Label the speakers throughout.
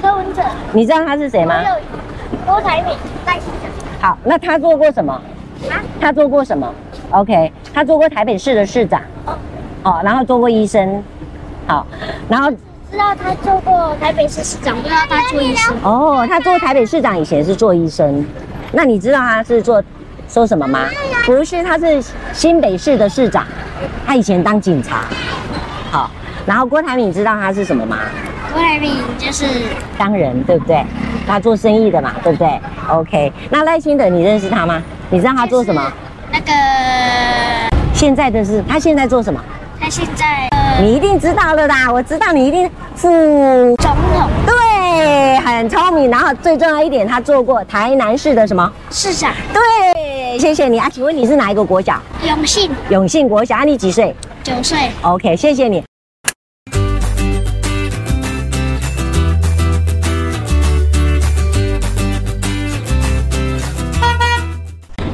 Speaker 1: 柯文哲、
Speaker 2: 你知道他是谁
Speaker 1: 侯
Speaker 2: 吗？
Speaker 1: 友宜、郭台铭、赖清德
Speaker 2: 好，那他做过什么？
Speaker 1: 啊，
Speaker 2: 他做过什么？OK，他做过台北市的市长，
Speaker 1: 哦，
Speaker 2: 哦，然后做过医生，好，然后
Speaker 1: 知道他做过台北市市长，不知道他做医生。
Speaker 2: 哦，他做台北市长以前是做医生，那你知道他是做说什么吗？
Speaker 1: 哎
Speaker 2: 不是，他是新北市的市长，他以前当警察，好，然后郭台铭你知道他是什么吗？
Speaker 1: 郭台铭就是
Speaker 2: 当人对不对？他做生意的嘛，对不对？OK，那赖清德你认识他吗？你知道他做什么？
Speaker 1: 那个，
Speaker 2: 现在的是他现在做什么？
Speaker 1: 他现在呃
Speaker 2: 你一定知道了啦！我知道你一定副
Speaker 1: 总统、
Speaker 2: 对，很聪明。然后最重要一点，他做过台南市的什么？
Speaker 1: 市长
Speaker 2: 对，谢谢你啊！请问你是哪一个国小？
Speaker 1: 永信
Speaker 2: 永信国小，啊、你几岁
Speaker 1: 九岁。
Speaker 2: ？OK，谢谢你。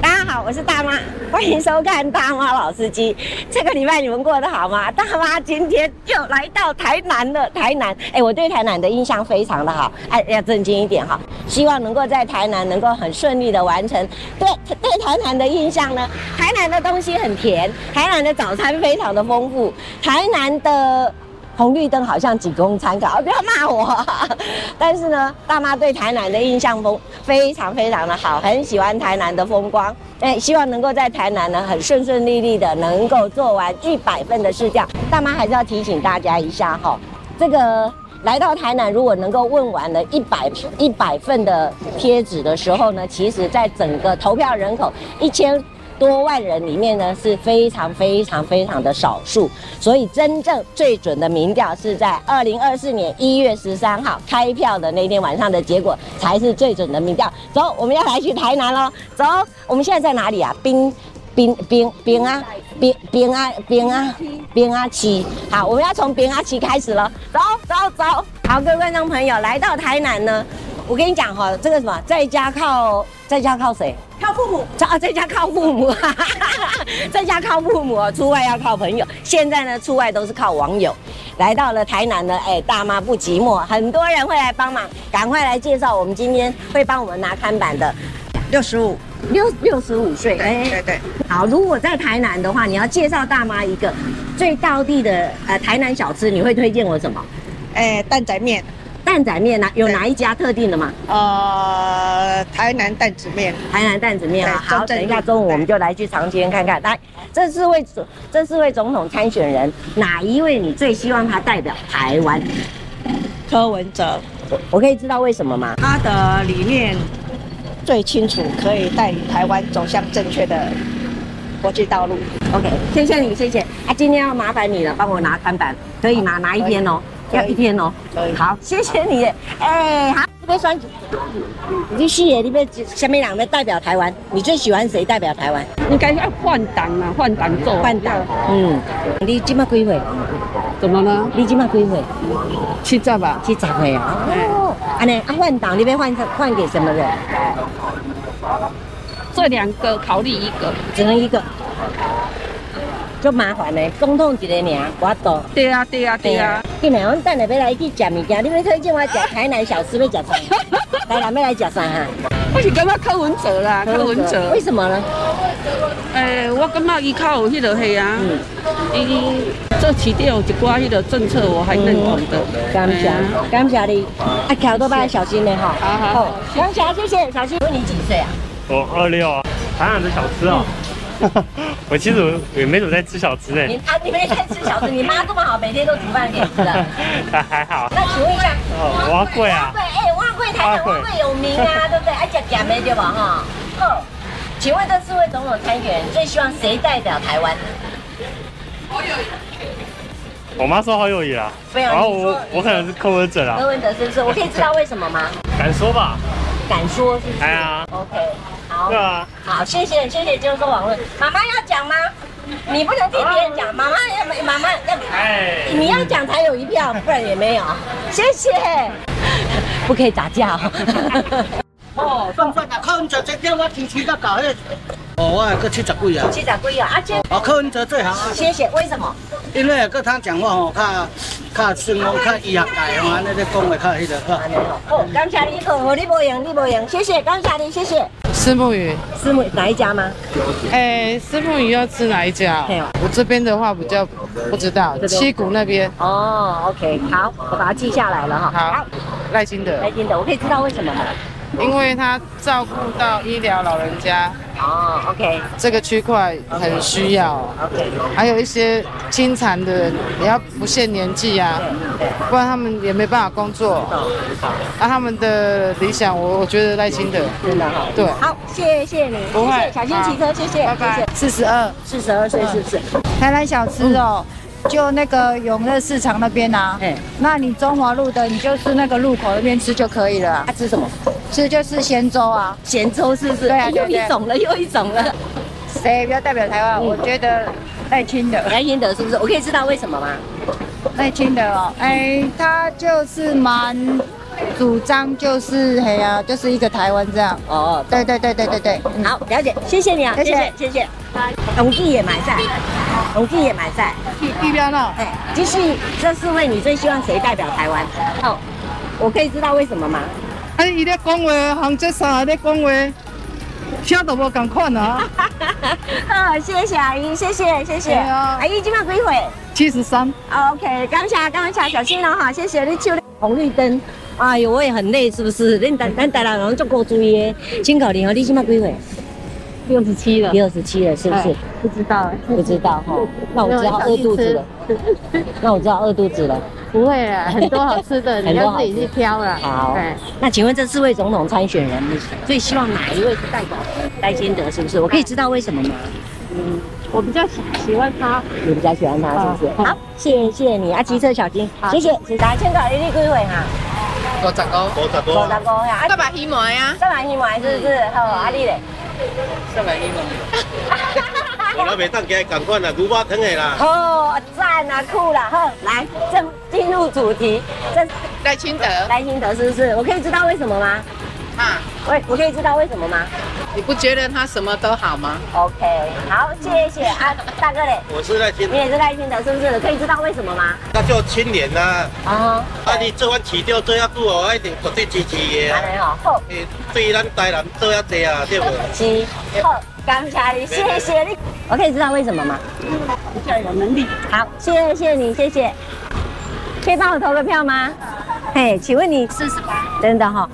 Speaker 2: 大家好，我是大妈，欢迎收看《大妈老司机》。这个礼拜你们过得好吗？大妈今天又来到台南了。台南，哎，我对台南的印象非常的好。哎，要正经一点哈，希望能够在台南能够很顺利的完成。对对，台南的印象呢，台南的东西很甜，台南的早餐非常的丰富，台南的。红绿灯好像仅供参考，不要骂我。但是呢，大妈对台南的印象风非常非常的好，很喜欢台南的风光。哎，希望能够在台南呢很顺顺利利的能够做完一百份的试调。大妈还是要提醒大家一下哈、这个来到台南，如果能够问完了一百一百份的贴纸的时候呢，其实在整个投票人口一千。多万人里面呢是非常非常非常的少数，所以真正最准的民调是在二零二四年一月十三号开票的那天晚上的结果才是最准的民调。走，我们要来去台南喽！走，我们现在在哪里啊？冰冰冰冰啊，冰冰啊冰啊冰啊七。好，我们要从冰啊七开始了。走走走。好，各位观众朋友，来到台南呢，我跟你讲哈、这个什么，在家靠在家靠谁？
Speaker 3: 靠父母，
Speaker 2: 在啊，在家靠父母， 在家靠父母哦，出外要靠朋友。现在呢，出外都是靠网友。来到了台南呢，哎，大妈不寂寞，很多人会来帮忙。赶快来介绍我们今天会帮我们拿看板的
Speaker 3: 六十五，
Speaker 2: 六六十五岁，
Speaker 3: 对对
Speaker 2: 哎，
Speaker 3: 对，
Speaker 2: 好。如果在台南的话，你要介绍大妈一个最道地的呃台南小吃，你会推荐我什么？
Speaker 3: 哎，蛋仔面，
Speaker 2: 蛋仔面哪有
Speaker 3: 对
Speaker 2: 哪一家特定的吗？
Speaker 3: 呃，台南蛋仔面，
Speaker 2: 台南担子面啊，
Speaker 3: 对中
Speaker 2: 好，
Speaker 3: 正
Speaker 2: 等
Speaker 3: 路
Speaker 2: 一下中午我们就来去长街看看。来，这四位总，这四位总统参选人，哪一位你最希望他代表台湾？
Speaker 3: 柯文哲，
Speaker 2: 我我可以知道为什么吗？
Speaker 3: 他的理念最清楚，可以带领台湾走向正确的国际道路。
Speaker 2: OK，谢谢你，谢谢。啊，今天要麻烦你了，帮我拿看板，可以吗？拿一天哦，
Speaker 3: 可以
Speaker 2: 要一天哦。
Speaker 3: 可以
Speaker 2: 好，谢谢你。哎，好，你被选举，你是耶，你被下面两位代表台湾，你最喜欢谁代表台湾？
Speaker 4: 应该要换挡啊，换挡做
Speaker 2: 换党。嗯，你今麦几岁？
Speaker 4: 怎么了？
Speaker 2: 你今麦几岁？
Speaker 4: 七十吧，
Speaker 2: 去十岁啊？哦，安尼啊换档，你要换换给什么人？
Speaker 4: 这两个考虑一个。
Speaker 2: 只能一个，就麻烦嘞。总统一个尔，我懂。
Speaker 4: 对啊，对啊，对啊。。
Speaker 2: 今日阮等下要来去食物件，你要推荐我食台南小吃，要食啥？ 台南要来食啥哈？
Speaker 4: 我是感觉柯文哲啦，柯文哲
Speaker 2: 为。什么呢？
Speaker 4: 诶，哎我感觉伊较有迄落嘿啊
Speaker 2: 嗯，
Speaker 4: 伊做起点有一寡迄落政策，我还认同的。
Speaker 2: 感谢
Speaker 4: 哎呀，
Speaker 2: 感谢你。啊，桥都拜小心嘞哈。
Speaker 4: 好好好
Speaker 2: 感谢，谢谢小心。问你几岁啊？
Speaker 5: 我二六啊，台南的小吃 啊，我其实我也没怎么在吃小吃欸
Speaker 2: 你
Speaker 5: 呢，
Speaker 2: 啊，你没在吃小吃，你妈这么好，每天都煮饭给你 吃的。
Speaker 5: 还还好，
Speaker 2: 那请问一下，
Speaker 4: 哎
Speaker 5: 哦蛙粿啊
Speaker 2: 蛙粿哎，蛙粿台南蛙
Speaker 5: 蛙粿
Speaker 2: 粿有名啊，对不对？爱讲讲的对吧？哈，哦，请问这四位总统参选人最希望谁代表台湾？
Speaker 5: 我妈说好友谊啦，
Speaker 2: 没有
Speaker 5: 然后
Speaker 2: 你说
Speaker 5: 我我可能是柯文哲
Speaker 2: 柯
Speaker 5: 啦，
Speaker 2: 文哲是不是？我可以知道为什么吗？
Speaker 5: 敢说吧？
Speaker 2: 敢说是不是？
Speaker 5: 哎呀
Speaker 2: o k 好
Speaker 5: 对，啊，
Speaker 2: 好，谢谢谢谢，就是网论。妈妈要讲吗？你不能替别人讲，妈妈要妈妈要。
Speaker 5: 哎，
Speaker 2: 你要讲才有一票，不然也没有。谢谢，不可以打架哦。
Speaker 6: 哦，放饭啊，柯文哲这叫我提起到搞迄哦，我有个七十几啊，
Speaker 2: 七仔贵啊，啊，这
Speaker 6: 哦，柯文哲最好啊，
Speaker 2: 谢谢，为什么？
Speaker 6: 因为个他讲话吼，较较生活
Speaker 2: 啊
Speaker 6: 较啊医学界吼，安尼咧讲话较迄个较。
Speaker 2: 哦，感谢你，哦，你无用，你无用，谢谢，感谢你，谢谢。
Speaker 7: 石目鱼，
Speaker 2: 是哪一家吗？
Speaker 7: 哎，石目鱼要吃哪一家
Speaker 2: 嘿哦？
Speaker 7: 我这边的话比较不知道，
Speaker 2: 这边
Speaker 7: 七股那边
Speaker 2: 哦，OK，好，我把它记下来了哈。
Speaker 7: 好，赖清德
Speaker 2: 来，，金的，我可以知道为什么吗？
Speaker 7: 因为他照顾到医疗老人家
Speaker 2: 哦，OK，
Speaker 7: 这个区块很需要，还有一些清残的人，也要不限年纪啊，不然他们也没办法工作。啊，他们的理想，我我觉得赖清德，
Speaker 2: 真的哈。
Speaker 7: 对，
Speaker 2: 好，谢谢你，
Speaker 7: 不会啊
Speaker 2: 谢谢小心骑车，谢谢，
Speaker 7: 拜拜
Speaker 2: 谢谢。
Speaker 8: 四十二，
Speaker 2: 四十二岁是不是？
Speaker 8: 台南小吃哦，就那个永乐市场那边啊。
Speaker 2: 哎
Speaker 8: 那你中华路的，你就是那个路口那边吃就可以了啊、
Speaker 2: 他吃什么？
Speaker 8: 吃就是咸粥啊。
Speaker 2: 咸粥是不是？
Speaker 8: 对啊
Speaker 2: 哎又
Speaker 8: 对对
Speaker 2: 一种了，又一种了。
Speaker 8: 谁比较代表台湾？我觉得赖清德，
Speaker 2: 来金德是不是？我可以知道为什么吗？
Speaker 8: 赖清德哦，哎，他就是蛮主张就是嘿呀、就是一个台湾这样。
Speaker 2: 哦，
Speaker 8: 对对对对对对，嗯
Speaker 2: 好，了解，谢谢你啊，谢
Speaker 8: 谢谢
Speaker 2: 谢谢谢。同弟也买菜，同弟也买菜。
Speaker 7: 地标呢？
Speaker 2: 哎，继续，这四位你最希望谁代表台湾？哦，我可以知道为什么吗？
Speaker 9: 哎
Speaker 7: 啊，伊咧讲话，杭州啥咧讲话，听都无共款啊，
Speaker 2: 好，谢谢阿姨，谢谢谢谢。
Speaker 7: 哎呦
Speaker 2: 阿姨今晚几岁？
Speaker 7: 七十三。
Speaker 2: 哦 OK，感谢感谢，小心哦哈，谢谢你手。红绿灯，哎呦，我也很累，是不是？恁咱咱台南人足够注意的，请考你哦，你今满几岁？
Speaker 10: 六十七了，
Speaker 2: 你二十七了，是不是？
Speaker 10: 不知道哎，
Speaker 2: 不知道哈，那我知道饿肚子了， 那我知道饿肚子了。
Speaker 10: 不会啦，很多好吃的，
Speaker 2: 很
Speaker 10: 你
Speaker 2: 多
Speaker 10: 要
Speaker 2: 好
Speaker 10: 自
Speaker 2: 吃
Speaker 10: 己去挑啦。
Speaker 2: 好
Speaker 10: 哎，
Speaker 2: 那请问这四位总统参选人，你最希望哪一位是代表赖清德？是不是？我可以知道为什么吗？
Speaker 10: 嗯我比较喜喜欢他
Speaker 2: 你比较喜欢啊他，是不是？好，谢谢你啊，骑车小心，谢谢，谢谢。请考你你几岁哈？
Speaker 7: 五十五，
Speaker 6: 五十
Speaker 2: 五十五呀，啊，
Speaker 7: 白希望呀，
Speaker 2: 再来一买是不是？好，啊你嘞？
Speaker 7: 再白希望。
Speaker 6: 我那袂当加共款啦，牛肉汤的啦。
Speaker 2: 哦，赞啊，酷啦！呵，来正进入主题，这
Speaker 7: 赖清德
Speaker 2: 来心得是不是？我可以知道为什么吗？
Speaker 7: 啊，
Speaker 2: 我我可以知道为什么吗
Speaker 7: 你不觉得他什么都好吗？
Speaker 2: ？OK，好，谢谢啊，大哥嘞，
Speaker 6: 我是在新
Speaker 2: 你，也是赖心得是不是？可以知道为什么吗？
Speaker 6: 那就青年啦。
Speaker 2: 啊，
Speaker 6: 啊，你做阮市长做遐久哦，我一定绝对支持的
Speaker 2: 安
Speaker 6: 啊。
Speaker 2: 尼吼，好，
Speaker 6: 诶，对咱台南做遐济啊，对无？
Speaker 2: 是，好，感谢你，谢谢你。我可以知道为什么吗？比较有能力。好，谢谢你，谢谢。可以帮我投个票吗？嘿，请问你
Speaker 9: 四十八，
Speaker 2: 真的哈、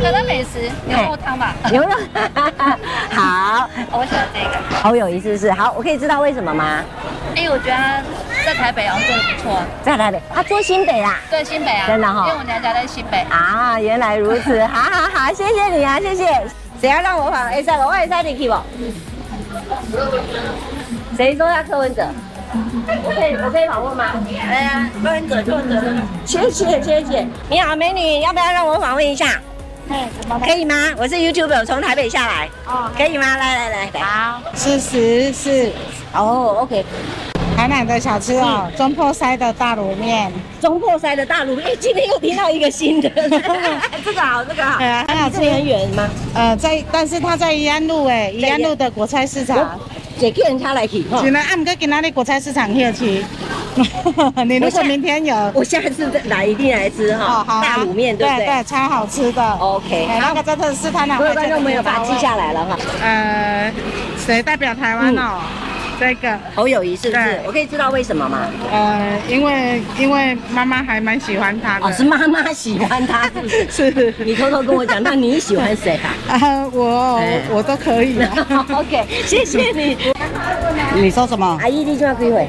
Speaker 9: 台湾美食牛肉汤吧，
Speaker 2: 牛肉， 好，
Speaker 9: 我喜欢这个。
Speaker 2: 好有意思是好，我可以知道为什么吗？
Speaker 9: 哎，我觉得他在台北好像做的不错，
Speaker 2: 在台北，他住啊新北啦。
Speaker 9: 对新北啊，
Speaker 2: 真的哈
Speaker 9: 因为我娘家在新北。
Speaker 2: 啊，原来如此，好好好，谢谢你啊，谢谢。谁要让我访 A 三我也三你去不？谁说要柯文哲？我可以我可以访问吗？哎呀，柯文哲，柯文哲，谢谢谢谢。你好，美女，要不要让我访问一下？可以吗？我是 YouTuber，我从台北下来，哦，可以吗？来来来来，
Speaker 8: 好，四十四，
Speaker 2: 哦，OK，
Speaker 8: 台南的小吃哦，中破塞的大卤面，
Speaker 2: 嗯中破塞的大陆，哎，今天又听到一个 新的，这个好，这个好，
Speaker 8: 哎，很好
Speaker 2: 这里很远吗？
Speaker 8: 呃，在，但是他在宜安路哎，宜安路的果菜市场。
Speaker 2: 哦这个人他来去哈
Speaker 8: 只。能按个给那里果菜市场休 息。你如果明天有，
Speaker 2: 我下次再来一定来吃哈，
Speaker 8: 好啊
Speaker 2: 大卤面对
Speaker 8: 对
Speaker 2: 不对
Speaker 8: 超好吃的。
Speaker 2: o
Speaker 8: 哎
Speaker 2: k
Speaker 8: 那个真的是太难
Speaker 2: 各
Speaker 8: 了。
Speaker 2: 位观众朋友把它记下来了哈，嗯
Speaker 8: 呃，谁代表台湾哦？这个，
Speaker 2: 侯友谊是不是
Speaker 8: 对？
Speaker 2: 我可以知道为什么吗？
Speaker 8: 呃，因为因为妈妈还蛮喜欢他
Speaker 2: 哦，是
Speaker 8: 的。
Speaker 2: 妈妈喜欢他， 是不是？
Speaker 8: 是
Speaker 2: 你偷偷跟我讲，那你喜欢谁 啊
Speaker 8: 啊，我
Speaker 2: 哎
Speaker 8: 我都可以啊。
Speaker 2: ？OK，谢谢 你，
Speaker 3: 你说什么？
Speaker 2: 阿姨，你今晚几岁？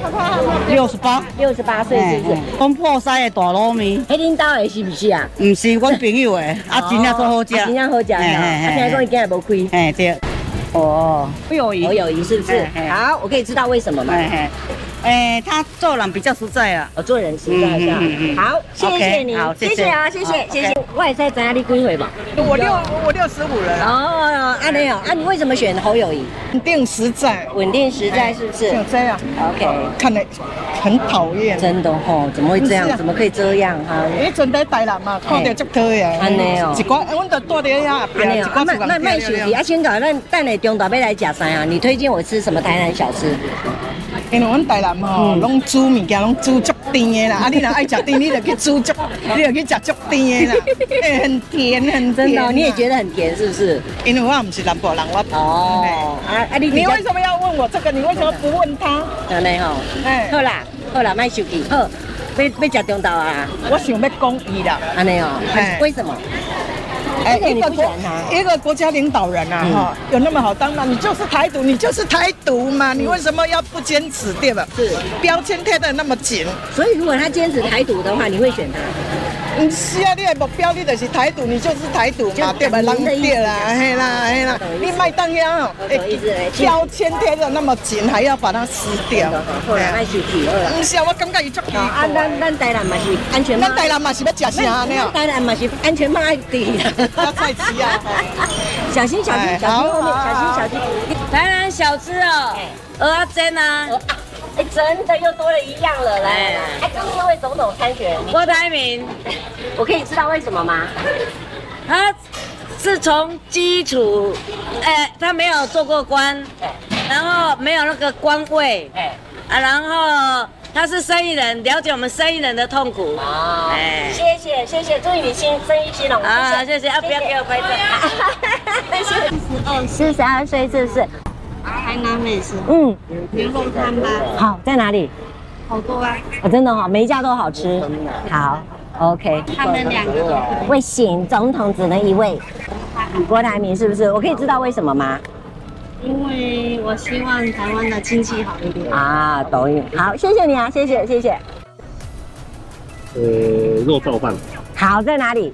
Speaker 3: 六十八。哎
Speaker 2: 六十八岁是不是？
Speaker 3: 讲破西的大卤面，
Speaker 2: 哎，恁家的是不是啊？
Speaker 3: 唔是阮朋友 的，啊，真正做好食。
Speaker 2: 啊真正好食的哦，
Speaker 3: 嘿嘿
Speaker 2: 啊，
Speaker 3: 嘿
Speaker 2: 听讲伊今日无开，
Speaker 3: 哎，对。哦，不有
Speaker 2: 侯
Speaker 3: 谊。
Speaker 2: 友谊是不是啊
Speaker 3: 嘿？嘿
Speaker 2: 好，我可以知道为什么吗？
Speaker 3: 哎嘿，
Speaker 11: 哎，他做人比较实在啊，
Speaker 2: 我做人实
Speaker 3: 嗯
Speaker 2: 在
Speaker 11: 嗯
Speaker 2: 是吧？好，谢谢你，谢谢啊，谢谢谢谢。我也在咱家里归回嘛，
Speaker 11: 我六我六十五了。
Speaker 2: 哦，安尼哦，啊，你为什么选侯友谊？
Speaker 11: 稳定实在，
Speaker 2: 稳定实在是不是？
Speaker 11: 就这样。
Speaker 2: OK，
Speaker 11: 看得很讨厌。
Speaker 2: 真的吼，怎么会这
Speaker 8: 啊
Speaker 2: 样？怎么可以这样啊哈？
Speaker 8: 哎
Speaker 2: 哎
Speaker 11: 迄阵在台南嘛，看到足讨厌。
Speaker 2: 安尼哦
Speaker 11: 一寡，阮就住伫遐后
Speaker 2: 安尼
Speaker 11: 边，一
Speaker 2: 哦，啊，
Speaker 11: 寡
Speaker 2: 卖卖卖手机啊，先搞，咱等下中岛要来吃啥啊？你推荐我吃什么台南小吃？
Speaker 11: 因为阮台南吼，
Speaker 2: 嗯
Speaker 11: 拢煮物件，拢煮足甜 的啦。啊，你若爱食甜，你就去煮足，你就去食足甜 的啦。哎，很甜，很甜。
Speaker 2: 真的哦，你也觉得很甜是不是？
Speaker 11: 因为我唔是南部人，我
Speaker 8: 哎
Speaker 2: 哦，啊啊， 你
Speaker 11: 你为什么要问我这个？你为什么不问他？
Speaker 2: 安尼哦吼，
Speaker 11: 哎
Speaker 2: 好啦好啦，卖手机，好，要要食中岛啊？
Speaker 11: 我想要讲伊啦。
Speaker 2: 安尼哦，
Speaker 11: 哎
Speaker 2: 为什么？
Speaker 11: 哎，一
Speaker 2: 为什么你
Speaker 11: 个
Speaker 2: 不喜
Speaker 11: 国
Speaker 2: 欢他？嗯
Speaker 11: 一个国家领导人啊，哈，有那么好当吗？你就是台独，你就是台独嘛，
Speaker 2: 嗯
Speaker 11: 你为什么要不坚持，对吧？是标签贴的那么紧。
Speaker 2: 所以如果他坚持台独的话，你会选他？
Speaker 11: 嗯，是啊，你的目标你就是台独，你就是台独嘛，对吧？人对啦，嘿啦嘿啦，你麦当劳哦，哎标签贴的那么紧，还要把它撕掉。
Speaker 2: 好啦，卖手机，好啦。
Speaker 11: 唔是啊，我感觉伊足奇怪。
Speaker 2: 啊，咱咱台南嘛是安全帽，
Speaker 11: 咱台南嘛是要吃啥呢
Speaker 2: 咱台南嘛是安全帽爱戴啦。
Speaker 11: 菜市 啊，
Speaker 2: 小心小心
Speaker 11: 哎
Speaker 2: 小心后
Speaker 11: 好
Speaker 2: 面，
Speaker 11: 哎
Speaker 2: 小心小心。台南小吃哦，蚵仔煎啊，哎，真的又多了一样了来。哎，今天为总统参选，郭台铭，我可以知道为什么吗？
Speaker 12: 他是从基础，哎、他没有做过官，然后没有那个官位，
Speaker 2: 哎
Speaker 12: 啊，然后他是生意人，了解我们生意人的痛苦，哎、
Speaker 2: 哦谢谢谢谢，祝你哦新生意兴隆。
Speaker 12: 啊，谢谢，啊，不要给我拍照。
Speaker 8: 哎
Speaker 1: 哦，四十二岁这是台南美食，
Speaker 2: 嗯，
Speaker 1: 牛肉汤吧，
Speaker 2: 好，在哪里？
Speaker 1: 好多啊，
Speaker 2: 啊，真的哈、每一家都好吃。好，OK。
Speaker 1: 他们两个都可以
Speaker 2: 不行，总统只能一位，郭台铭是不是？我可以知道为什么吗？
Speaker 1: 因为我希望台湾的经济好一点。
Speaker 2: 啊，抖音。好，谢谢你啊，谢谢谢谢。
Speaker 5: 呃，肉燥饭
Speaker 2: 好，在哪里？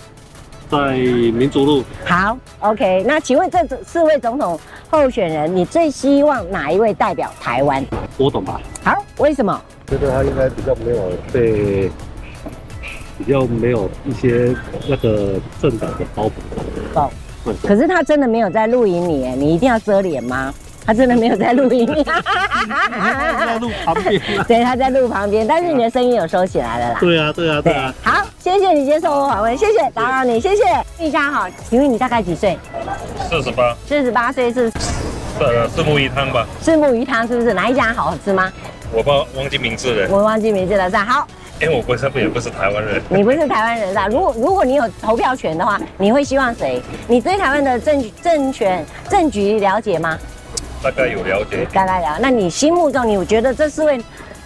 Speaker 5: 在民族路，
Speaker 2: 好，OK。那请问这四位总统候选人，你最希望哪一位代表台湾？
Speaker 5: 郭董吧。
Speaker 2: 好，为什么？
Speaker 5: 觉得他应该比较没有被，比较没有一些那个政党的包袱。
Speaker 2: 包。
Speaker 5: 对。
Speaker 2: 哦可是他真的没有在录影里耶，你一定要遮脸吗？他真的没有在录影里，在
Speaker 5: 录旁边。
Speaker 2: 对，他在录旁边，但是你的声音有收起来了啦。
Speaker 5: 对啊，对啊，对啊。
Speaker 2: 好，谢谢你接受我访问，谢谢打扰你，谢谢。一下好，请问你大概几岁？
Speaker 13: 四十八，
Speaker 2: 四十八岁是
Speaker 13: 呃，四目一汤吧，
Speaker 2: 是木鱼汤是不是？哪一家好好吃吗？
Speaker 13: 我不知道忘记名字了。
Speaker 2: 我忘记名字了，是吧？好，
Speaker 13: 哎、我本身也不是台湾人，
Speaker 2: 你不是台湾人是吧？如果如果你有投票权的话，你会希望谁？你对台湾的政政权政局了解吗？
Speaker 13: 大概有了解。
Speaker 2: 大概了。那你心目中，你觉得这四位，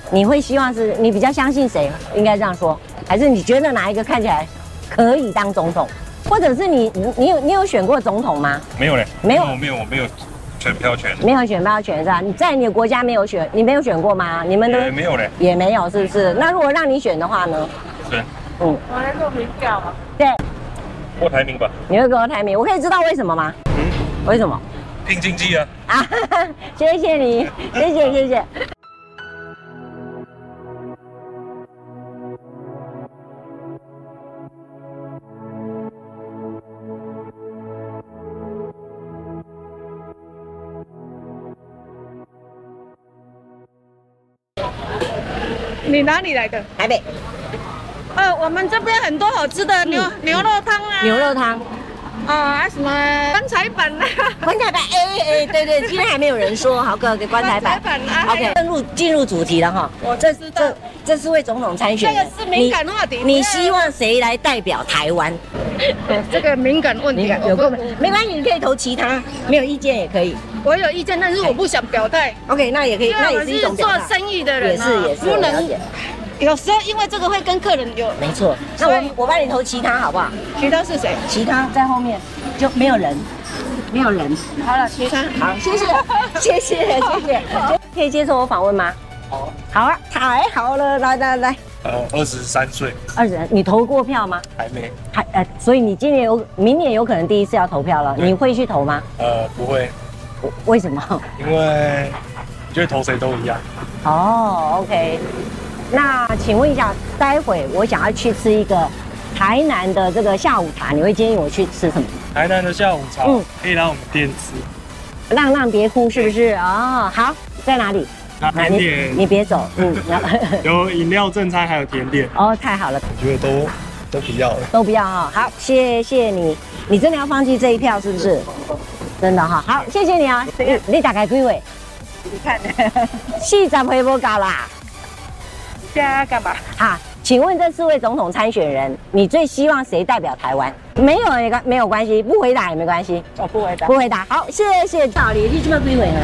Speaker 2: 你会希望是你比较相信谁？应该这样说，还是你觉得哪一个看起来可以当总统？或者是你你你有你有选过总统吗？
Speaker 13: 没有嘞，
Speaker 2: 没有
Speaker 13: 因为我没有，我没有选票权，
Speaker 2: 没有选票权是吧？你在你的国家没有选，你没有选过吗？你们都
Speaker 13: 也没有嘞，
Speaker 2: 也没有，是不是？那如果让你选的话呢？
Speaker 13: 选
Speaker 2: 嗯，
Speaker 13: 我来做民调嘛。
Speaker 2: 对，
Speaker 13: 郭台铭吧，
Speaker 2: 你会给我台铭，我可以知道为什么吗？嗯，为什么？
Speaker 13: 拼经济啊。
Speaker 2: 啊，哈哈，谢谢你，谢谢谢谢。
Speaker 14: 你哪里来的？
Speaker 2: 台北。
Speaker 8: 哦
Speaker 2: 嗯
Speaker 14: 呃，我们这边很多好吃的牛、牛肉汤啊，
Speaker 2: 牛肉汤，
Speaker 8: 哦
Speaker 14: 呃啊、什么棺材板啊，
Speaker 2: 棺材板，哎哎，对对，今天还没有人说，好哥给棺材板。
Speaker 14: 棺材板啊还
Speaker 2: OK，
Speaker 14: 有
Speaker 2: 进入进入主题了哈。我这这这是为总统参选的，
Speaker 14: 这个是敏感话题
Speaker 2: 你你希望谁来代表台湾？
Speaker 14: 这个敏感问题啊，
Speaker 2: 有够没关系，你可以投其他，没有意见也可以。
Speaker 14: 我有意见，但是我不想表态。
Speaker 2: OK，那也可以，
Speaker 14: 因为
Speaker 2: 那
Speaker 14: 我
Speaker 2: 也
Speaker 14: 们
Speaker 2: 是一
Speaker 14: 是
Speaker 2: 种表
Speaker 14: 做
Speaker 2: 达。
Speaker 14: 生意的人、啊，
Speaker 2: 也是也是
Speaker 14: 不
Speaker 2: 我了
Speaker 14: 能
Speaker 2: 解
Speaker 14: 有时候因为这个会跟客人有
Speaker 2: 没错，那
Speaker 14: 所
Speaker 2: 我
Speaker 14: 以
Speaker 2: 我帮你投其他好不好？
Speaker 14: 其他是谁？
Speaker 2: 其他在后面就没有人，没有人。
Speaker 14: 好了，其他
Speaker 2: 好，谢谢，谢谢，谢 谢。可以接受我访问吗？好，好啊，太好了，来来来，
Speaker 13: 呃，二十三岁
Speaker 2: 二人，你投过票吗？
Speaker 13: 还没，
Speaker 2: 还呃，所以你今年有，明年有可能第一次要投票了，
Speaker 13: 对
Speaker 2: 你会去投吗？
Speaker 13: 呃，不会，
Speaker 2: 为什么？
Speaker 13: 因为。觉得投谁都一样。
Speaker 2: 哦，OK。那请问一下，待会我想要去吃一个台南的这个下午茶，你会建议我去吃什么？
Speaker 13: 台南的下午茶
Speaker 2: 嗯
Speaker 13: 可以来我们店吃，
Speaker 2: 浪浪别哭，是不是？哦，好，在哪里？
Speaker 13: 那
Speaker 2: 啊
Speaker 13: 甜点
Speaker 2: 你你别走， 嗯，然后
Speaker 13: 有饮料、正餐还有甜点。
Speaker 2: 哦，太好了，
Speaker 13: 我觉得都都不要了。
Speaker 2: 都不要哈、好，谢谢你，你真的要放弃这一票是不是？真的哈、好，谢谢你啊，你你大概几位？
Speaker 15: 你 看，
Speaker 2: 四十岁不搞啦。
Speaker 15: 现在要干嘛？
Speaker 2: 啊，请问这四位总统参选人，你最希望谁代表台湾？没有也没有关系，不回答也没关系。
Speaker 15: 我不回答
Speaker 2: 不回答。好，谢谢赵理，你这么几回呢？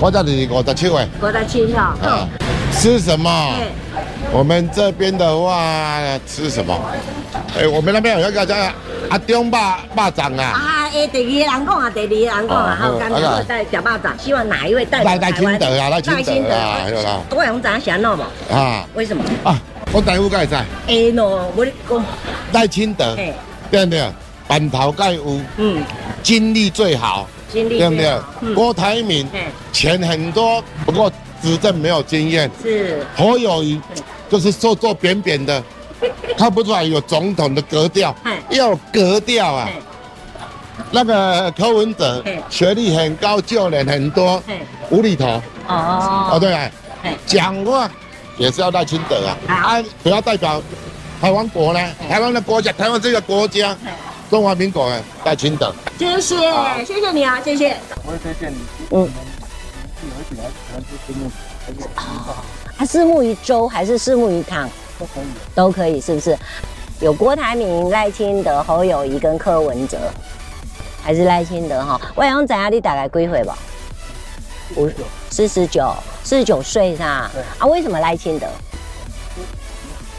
Speaker 16: 我这里我的七位
Speaker 2: 我的亲哈。
Speaker 16: 啊，吃什么？
Speaker 2: 嗯
Speaker 16: 我们这边的话吃什么？哎、我们那边有一个叫阿中霸霸掌啊，
Speaker 2: 啊，诶，第二个人讲啊，第二个人讲
Speaker 16: 哦
Speaker 2: 啊，还有刚
Speaker 16: 好
Speaker 2: 刚
Speaker 16: 啊
Speaker 2: 在小巴掌，希望哪一位代表
Speaker 16: 赖
Speaker 2: 台
Speaker 16: 赖清
Speaker 2: 湾？
Speaker 16: 德啊，赖
Speaker 2: 赖
Speaker 16: 清
Speaker 2: 清
Speaker 16: 德
Speaker 2: 德
Speaker 16: 啊，
Speaker 2: 啊。
Speaker 16: 对啦，
Speaker 2: 我用咱想弄嘛，
Speaker 16: 啊，
Speaker 2: 为什么？
Speaker 16: 我大夫盖在
Speaker 2: 诶，喏，我你讲，
Speaker 16: 赖清德，
Speaker 2: 嘿
Speaker 16: 对不对？板头盖屋，
Speaker 2: 嗯，
Speaker 16: 经历最好，
Speaker 2: 经历最
Speaker 16: 对
Speaker 2: 好
Speaker 16: 不对？
Speaker 2: 嗯
Speaker 16: 郭台铭
Speaker 2: 嘿
Speaker 16: 钱很多，不过执政没有经验，
Speaker 2: 是
Speaker 16: 侯友谊就是瘦瘦扁扁 的，看不出来有总统的格调，要有格调啊。那个柯文哲
Speaker 2: 嘿
Speaker 16: 学历很高，旧人很多
Speaker 2: 嘿，
Speaker 16: 无厘头
Speaker 2: 哦
Speaker 16: 哦，对啊
Speaker 2: 嘿，
Speaker 16: 讲话也是要赖清德啊，
Speaker 2: 啊，
Speaker 16: 不要代表台湾国呢，台湾的国家，台湾这个国家，中华民国啊，赖清德。
Speaker 2: 谢谢，谢谢你啊，谢谢。
Speaker 13: 我会推荐你，
Speaker 2: 嗯，
Speaker 13: 有一起来台湾吃木还是
Speaker 2: 啊，是木鱼粥还是是木鱼汤？
Speaker 13: 都可以。
Speaker 2: 都可以，是不是？有郭台铭、赖清德、侯友谊跟柯文哲，还是赖清德哈？我想知影你大概几岁吧？五四十九，四十九岁是吧？啊，为什么赖清德？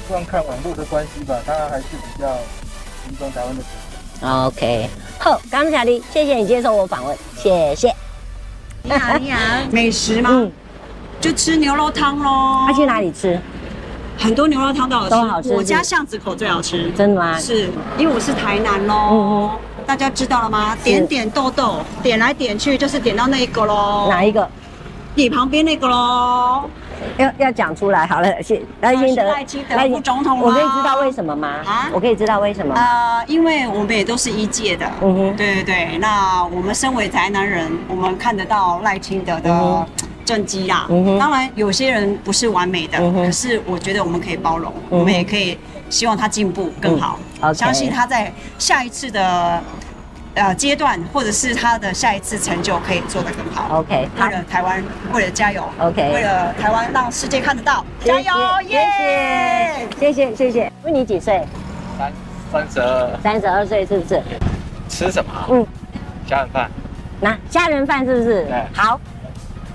Speaker 13: 希望看网络的关系吧，当然还是比较注重台湾的。
Speaker 2: 哦 OK，好，感谢你，谢谢你接受我访问，谢谢。
Speaker 17: 你好，你好。 美食吗？
Speaker 14: 嗯
Speaker 17: 就吃牛肉汤喽。他
Speaker 2: 啊去哪里吃？
Speaker 17: 很多牛肉汤都好吃，
Speaker 2: 都好吃
Speaker 17: 我家
Speaker 2: 是
Speaker 17: 巷子口最好吃。
Speaker 2: 真的吗嗯
Speaker 17: 是，因为我是台南喽。大家知道了吗？点点豆豆，点来点去就是点到那一个喽。
Speaker 2: 哪一个？
Speaker 17: 你旁边那个喽。
Speaker 2: 要要讲出来好了，谢赖清德，
Speaker 17: 是赖清德副总统吗
Speaker 2: 我可以知道为什么吗？啊，我可以知道为什么吗？
Speaker 17: 呃，因为我们也都是一届的，
Speaker 2: 嗯哼
Speaker 17: 对对对。那我们身为宅男人，我们看得到赖清德
Speaker 2: 嗯哼
Speaker 17: 的政绩啦。
Speaker 2: 嗯哼嗯
Speaker 17: 当然，有些人不是完美的，可是我觉得我们可以包容，我们也可以希望他进步更好，
Speaker 2: 嗯，OK
Speaker 17: 相信他在下一次的。呃，阶段或者是他的下一次成就可以做得更好。
Speaker 2: OK，
Speaker 17: 为了台湾，为了加油。
Speaker 2: OK
Speaker 17: 为了台湾让世界看得到，
Speaker 2: 谢
Speaker 17: 加
Speaker 2: 谢
Speaker 17: 油！耶！
Speaker 2: 谢谢谢谢。问你几岁？
Speaker 18: 三三十二，
Speaker 2: 三十二岁是不是？
Speaker 18: 吃什么？
Speaker 2: 嗯，
Speaker 18: 家人饭。
Speaker 2: 那家人饭是不是？好，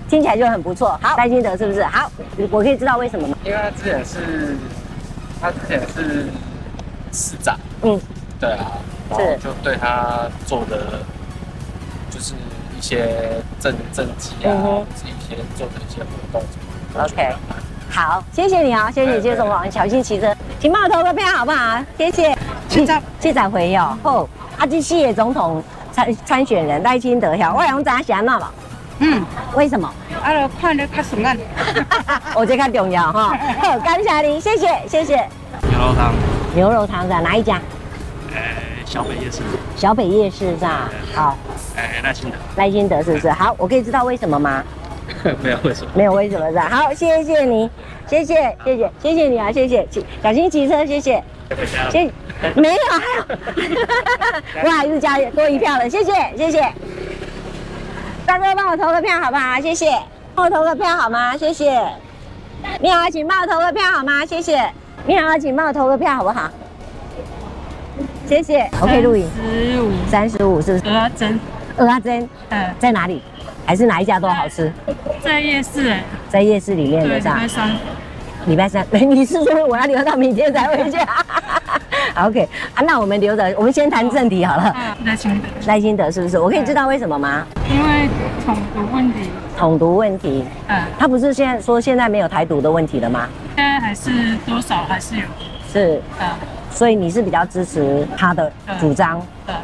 Speaker 2: 听起来就很不错。好，赖清德是不是？好，我可以知道为什么吗？
Speaker 18: 因为他之前是，他之前是市长，
Speaker 2: 嗯，
Speaker 18: 对啊，然后就对他做的就是一些政政绩
Speaker 2: 嗯
Speaker 18: 啊，
Speaker 2: 哼
Speaker 18: 或者是一些做的一些活动什么的。
Speaker 2: OK 好，谢谢你啊，谢谢你接受我，小心骑车，请帮我投个票好不好？谢谢。去去展回哦，后啊，这四个总统参参选人赖清德吼，我用知影是安怎无？嗯，为什么？啊，看你较啊顺眼， 我这较重要哈。好，感谢您，谢谢谢谢。
Speaker 19: 牛肉汤，
Speaker 2: 牛肉汤在哪一家？
Speaker 19: 哎，小北夜市，
Speaker 2: 小北夜市是吧？好，
Speaker 19: 哎，耐心的，
Speaker 2: 赖清德是不是？好，我可以知道为什么吗？
Speaker 19: 没有为什么。
Speaker 2: 没有为什么是吧？好，谢谢你，谢谢谢谢谢谢你啊，谢谢，请小心骑车，谢谢。谢，没有，还有， 不好意思，加多一票了，谢谢谢谢。大哥，帮我投个票好不好？谢谢，帮我投个票好吗？谢谢。你好，请帮我投个票好吗？谢谢。你好，请帮我投个票好不好？谢谢。我可以录影。十五，三十五是不是？鹅胗，鹅胗，嗯，在哪里？还是哪一家都好吃？
Speaker 20: 在夜市哎、
Speaker 2: 在夜市里面
Speaker 20: 对，
Speaker 2: 的
Speaker 20: 礼
Speaker 2: 是吧
Speaker 20: 拜？三。
Speaker 2: 礼拜三， 你是说我要留到明天才回 去？OK 啊，那我们留着，我们先谈正题好了。
Speaker 20: 赖清德，
Speaker 2: 赖清德是不是？我可以知道为什么吗？
Speaker 20: 因为统独问题，
Speaker 2: 统独问题，
Speaker 20: 嗯，
Speaker 2: 他不是现在说现在没有台独的问题了吗？
Speaker 20: 现在还是多少还是有，
Speaker 2: 是，
Speaker 20: 嗯，
Speaker 2: 所以你是比较支持他的主张。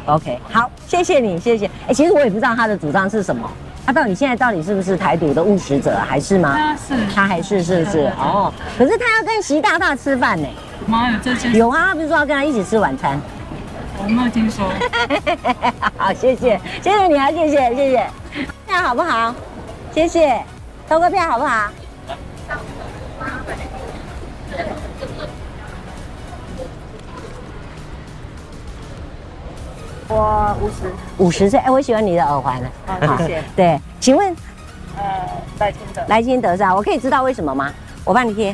Speaker 2: OK，好，谢谢你，谢谢。哎、其实我也不知道他的主张是什么，啊，到底现在到底是不是台独的务实者啊还是吗？
Speaker 20: 他是
Speaker 2: 他还是是不
Speaker 20: 对
Speaker 2: 是
Speaker 20: 对？对
Speaker 2: 哦，可是他要跟习大大吃饭呢。
Speaker 20: 妈有这件事
Speaker 2: 有啊，他不是说要跟他一起吃晚餐？
Speaker 20: 我没有听说。
Speaker 2: 好，谢谢，谢谢你啊，谢谢，谢谢，票好不好？谢谢，投个票好不好？
Speaker 21: 我五十，
Speaker 2: 五十岁，哎，我喜欢你的耳环呢。啊
Speaker 21: 好谢谢
Speaker 2: 好对，请问
Speaker 21: 呃，赖清德，
Speaker 2: 莱金德是吧？我可以知道为什么吗？我帮你贴。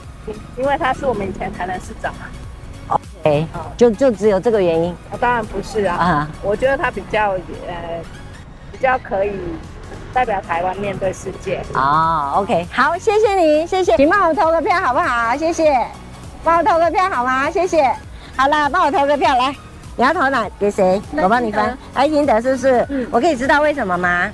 Speaker 21: 因为他是我们以前台南市长嘛，
Speaker 2: 哎，就就只有这个原因。
Speaker 21: 啊当然不是啊，
Speaker 2: 啊
Speaker 21: 我觉得他比较呃，比较可以代表台湾面对世界。
Speaker 2: 哦，OK，好，谢谢你，谢谢，请帮我投个票好不好？谢谢，帮我投个票好吗？谢谢。好了，帮我投个票来，你要投哪给谁？
Speaker 22: 赖清德嗯
Speaker 2: 我帮你翻。哎，赢得是不是？我可以知道为什么吗？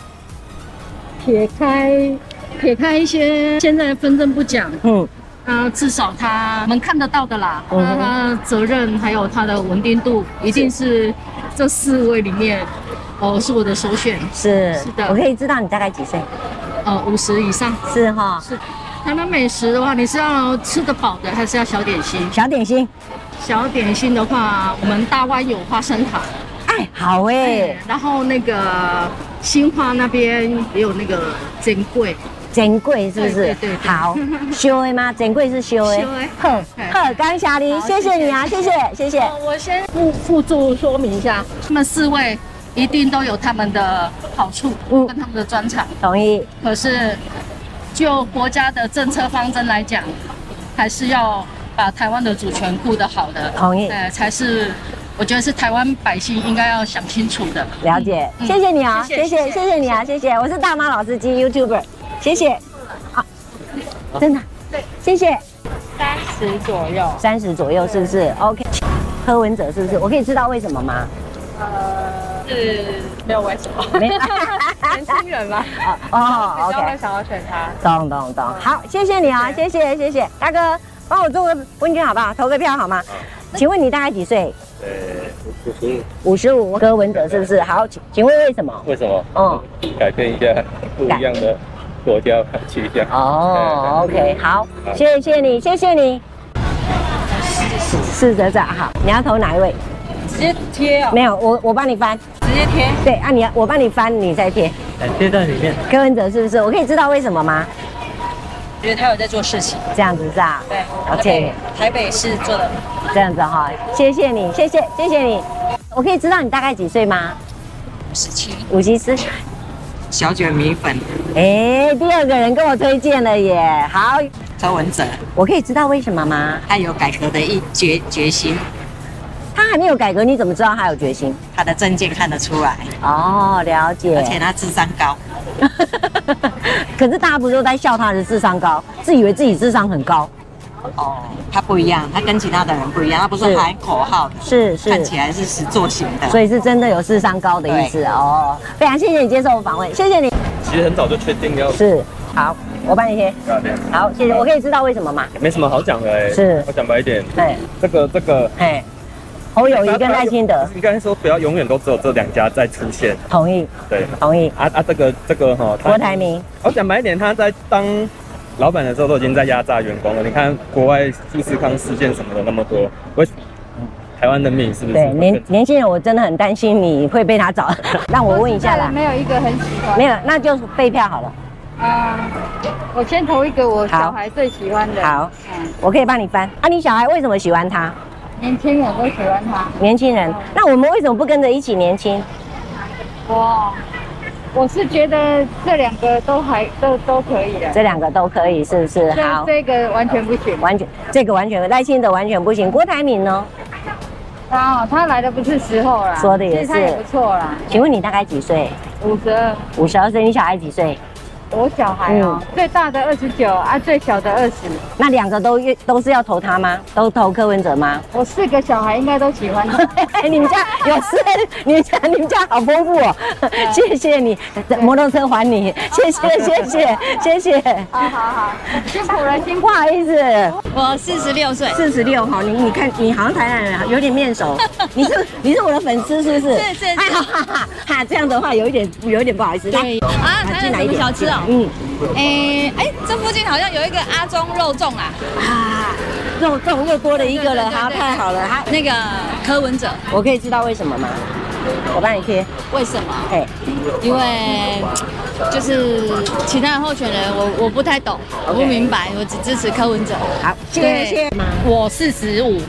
Speaker 22: 撇开撇开一些现在的纷争不讲，
Speaker 2: 嗯，
Speaker 22: 呃，至少他能看得到的啦，
Speaker 2: 嗯哼
Speaker 22: 他责任还有他的稳定度，一定是这四位里面，哦，是我的首选。
Speaker 2: 是
Speaker 22: 是的，
Speaker 2: 我可以知道你大概几岁？
Speaker 22: 呃，五十以上。
Speaker 2: 是哈。
Speaker 22: 是。台南美食的话，你是要吃得饱的，还是要小点心？
Speaker 2: 小点心。
Speaker 22: 小点心的话，我们大湾有花生糖。
Speaker 2: 哎，好哎、
Speaker 22: 然后那个新化那边也有那个珍贵。
Speaker 2: 珍贵是不是？
Speaker 22: 对对对对
Speaker 2: 好，
Speaker 22: 哎
Speaker 2: 修诶吗？珍贵是修诶
Speaker 22: 修的。
Speaker 2: 哼
Speaker 22: 嘿
Speaker 2: 呵，刚霞梨，谢谢你啊，谢谢谢谢。
Speaker 22: 呃我先附附注说明一下，他们四位一定都有他们的好处，跟他们的专长。
Speaker 2: 嗯同意。
Speaker 22: 可是，就国家的政策方针来讲，还是要把台湾的主权顾得好的。
Speaker 2: 同意
Speaker 22: 呃，才是我觉得是台湾百姓应该要想清楚的。
Speaker 2: 了解，
Speaker 22: 嗯
Speaker 2: 谢谢你啊，
Speaker 22: 谢谢
Speaker 2: 谢谢谢谢你啊，谢谢，我是大妈老司机 YouTuber，谢谢，啊，真的，谢谢，
Speaker 22: 三十左右，
Speaker 2: 三十左右是不是？OK，柯文哲是不是？我可以知道为什么吗？
Speaker 21: 是没有为什么，
Speaker 2: 没
Speaker 21: 年轻人嘛，
Speaker 2: 哦
Speaker 21: 比较会
Speaker 2: ，OK，
Speaker 21: 想要选他。
Speaker 2: 懂懂懂，好，谢谢你啊，谢谢谢谢，大哥，帮我做个问卷好不好？投个票好吗？请问你大概几岁？
Speaker 5: 呃，五十
Speaker 2: 五十五，柯文哲是不是？好，请请问为什么？
Speaker 23: 为什么？
Speaker 2: 嗯，
Speaker 23: 改变一下不一样的国家去一下。哎
Speaker 2: 哦，OK，好，
Speaker 18: 嗯
Speaker 23: 啊
Speaker 2: 谢谢你，谢谢你，是的，长好，你要投哪一位？
Speaker 22: 直接贴哦
Speaker 2: 没有，我我帮你翻，
Speaker 22: 直接贴。
Speaker 2: 对啊，你要我帮你翻，你再贴。
Speaker 24: 哎，贴在里面。
Speaker 2: 柯文哲是不是？我可以知道为什么吗？
Speaker 22: 觉得他有在做事情。
Speaker 2: 这样子是吧？
Speaker 22: 对，
Speaker 2: 而且
Speaker 22: 台北市做的
Speaker 2: 这样子哈、谢谢你，谢谢谢谢你。我可以知道你大概几岁吗？
Speaker 25: 十七，
Speaker 2: 五级师。
Speaker 25: 小卷米粉，
Speaker 2: 哎，第二个人跟我推荐了耶。好，
Speaker 25: 周文哲，
Speaker 2: 我可以知道为什么吗？
Speaker 25: 他有改革的一决决心，
Speaker 2: 他还没有改革，你怎么知道他有决心？
Speaker 25: 他的证件看得出来，
Speaker 2: 哦，了解。
Speaker 25: 而且他智商高，
Speaker 2: 可是大家不是都在笑他的智商高，自以为自己智商很高。
Speaker 25: 哦，他不一样，他跟其他的人不一样，他不是
Speaker 2: 是
Speaker 25: 喊口号的，
Speaker 2: 是是
Speaker 25: 看起来是实作型的，
Speaker 2: 所以是真的有智商高的意思哦。非常谢谢你接受我访问，谢谢你。
Speaker 23: 其实很早就确定要
Speaker 2: 是好，我帮你贴。
Speaker 23: 啊对
Speaker 2: 好，谢谢。我可以知道为什么吗？
Speaker 23: 没什么好讲的哎、
Speaker 2: 是
Speaker 23: 我讲白一点，
Speaker 2: 对，
Speaker 23: 这个这个，
Speaker 2: 哎，侯友谊跟赖清德，
Speaker 23: 应该说不要永远都只有这两家在出现，
Speaker 2: 同意，
Speaker 23: 对，
Speaker 2: 同意。
Speaker 23: 啊啊，这个这个哈，他
Speaker 2: 郭台铭，
Speaker 23: 我讲白一点，他在当老板的时候都已经在压榨员工了。你看国外富士康事件什么的那么多，为台湾的命是不是
Speaker 2: 对
Speaker 23: 会
Speaker 2: 年
Speaker 23: 更？
Speaker 2: 年轻人，我真的很担心你会被他 找。让我问一下啦，
Speaker 10: 没有一个很喜欢。
Speaker 2: 没有，那就废票好了。
Speaker 10: 啊、我先投一个我小孩最喜欢的。
Speaker 2: 好
Speaker 10: 嗯，
Speaker 2: 我可以帮你翻啊。你小孩为什么喜欢他？
Speaker 10: 年轻人都喜欢他。
Speaker 2: 年轻人，那我们为什么不跟着一起年轻？
Speaker 10: 哇，我是觉得这两个都还都都可以的。
Speaker 2: 这两个都可以，是不是？
Speaker 10: 这
Speaker 2: 好，
Speaker 10: 这个完全不行。
Speaker 2: 完全这个完全赖清德完全不行。郭台铭呢？
Speaker 10: 他哦，他来的不是时候啦。
Speaker 2: 说的
Speaker 10: 其
Speaker 2: 也
Speaker 10: 实他也
Speaker 2: 是
Speaker 10: 不错啦。
Speaker 2: 请问你大概几岁？
Speaker 10: 五十二，
Speaker 2: 五十二岁，你小孩几岁？
Speaker 10: 我小孩哦，
Speaker 2: 嗯
Speaker 10: 最大的二十九啊，最小的二十。
Speaker 2: 那两个都都是要投他吗？都投柯文哲吗？哎
Speaker 10: 我四个小孩应该都喜 欢他。
Speaker 2: 你们家有事？你们家你们家好丰富哦！谢谢你，摩托车还你，谢谢谢谢谢谢。
Speaker 10: 好好好，辛苦了，辛
Speaker 2: 不
Speaker 10: 苦。
Speaker 2: 好意思，
Speaker 10: 我46岁
Speaker 2: 四十六哈，你你看你好像台南人，啊有点 面熟，你是你是我的粉丝是不是？
Speaker 10: 是是是
Speaker 2: 哎哈哈哈哈，这样的话有一点有一点不好意思。对
Speaker 10: 啊台南
Speaker 2: 进来
Speaker 10: 什
Speaker 2: 一
Speaker 10: 么
Speaker 2: 点
Speaker 10: 小吃哦
Speaker 2: 嗯，
Speaker 10: 哎哎，这附近好像有一个阿中肉粽啊，
Speaker 2: 肉粽又多了一个了，
Speaker 10: 对对对
Speaker 2: 哈，
Speaker 10: 对
Speaker 2: 太好了哈。那个柯文哲，我可以知道为什么吗？我帮你贴。
Speaker 10: 为什么？
Speaker 2: 哎，
Speaker 10: 因为就是其他的候选人我，我不太懂我不明白，我只支持柯文哲。
Speaker 2: 好，
Speaker 10: 对
Speaker 22: 我四十五。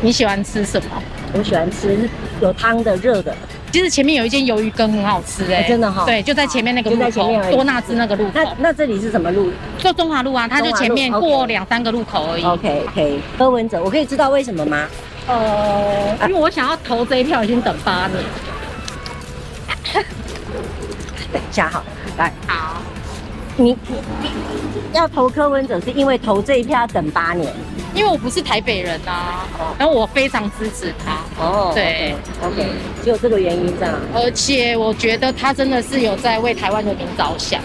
Speaker 22: 你喜欢吃什么？
Speaker 2: 我喜欢吃有汤的、热的。
Speaker 22: 其实前面有一间鱿鱼羹很好吃哎、
Speaker 2: 哦真的哈
Speaker 22: 对，就在前面那个
Speaker 2: 就
Speaker 22: 路
Speaker 2: 在前
Speaker 22: 口
Speaker 2: 面而，已
Speaker 22: 多纳兹那个路口。那
Speaker 2: 那这里是什么路？
Speaker 22: 就中华路啊，它就前面
Speaker 2: 中华路，OK
Speaker 22: 过两三个路口而已。
Speaker 2: OK OK，柯文哲，我可以知道为什么吗？
Speaker 22: 呃，因为我想要投这一票，已经等八年。
Speaker 2: 等一下哈，来，好， 你你你要投柯文哲是因为投这一票要等八年，
Speaker 22: 因为我不是台北人啊，然后我非常支持他。
Speaker 2: 哦
Speaker 22: 对嗯
Speaker 2: ，OK，只有这个原因这样。
Speaker 22: 而且我觉得他真的是有在为台湾人民着想。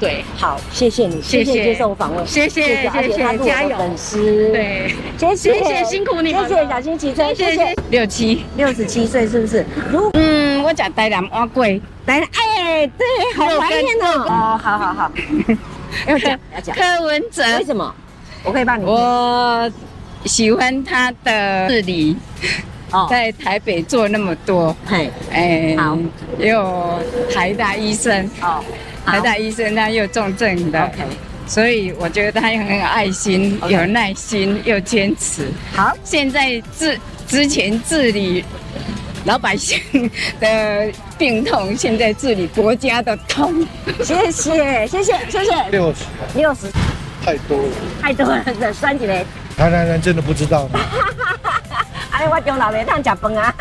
Speaker 22: 对，
Speaker 2: 好，谢谢你，
Speaker 22: 谢
Speaker 2: 谢
Speaker 22: 谢
Speaker 2: 谢接受访问，
Speaker 22: 谢谢
Speaker 2: 而且
Speaker 22: 谢谢
Speaker 2: 他是我
Speaker 22: 加
Speaker 2: 的
Speaker 22: 油
Speaker 2: 粉丝，
Speaker 22: 对，
Speaker 2: 谢谢，
Speaker 22: 谢谢辛苦你们了
Speaker 2: 谢谢小心骑车，谢谢。
Speaker 22: 六七
Speaker 2: 六十七岁是不是？如
Speaker 22: 嗯，我讲台南阿贵，
Speaker 2: 来，哎，对，好怀念哦。哦，好好好，要讲要讲。
Speaker 22: 柯文哲
Speaker 2: 为什么？我可以帮你。
Speaker 22: 我喜欢他的治理。
Speaker 2: 哦
Speaker 22: 在台北做那么多，
Speaker 2: 嘿，
Speaker 22: 哎，好，有台大医生，
Speaker 2: 哦，
Speaker 22: 台大医生他又重症的所以我觉得他也很有爱心
Speaker 2: OK
Speaker 22: 有耐心，又坚持。
Speaker 2: 好，
Speaker 22: 现在治之前治理老百姓的病痛，现在治理国家的痛。
Speaker 2: 谢谢，谢谢，谢谢。
Speaker 4: 六十
Speaker 2: 六十
Speaker 4: 太多了，
Speaker 2: 太多了，这酸起来。
Speaker 4: 台南人真的不知道呢。
Speaker 2: 哎，我中老年烫假崩啊！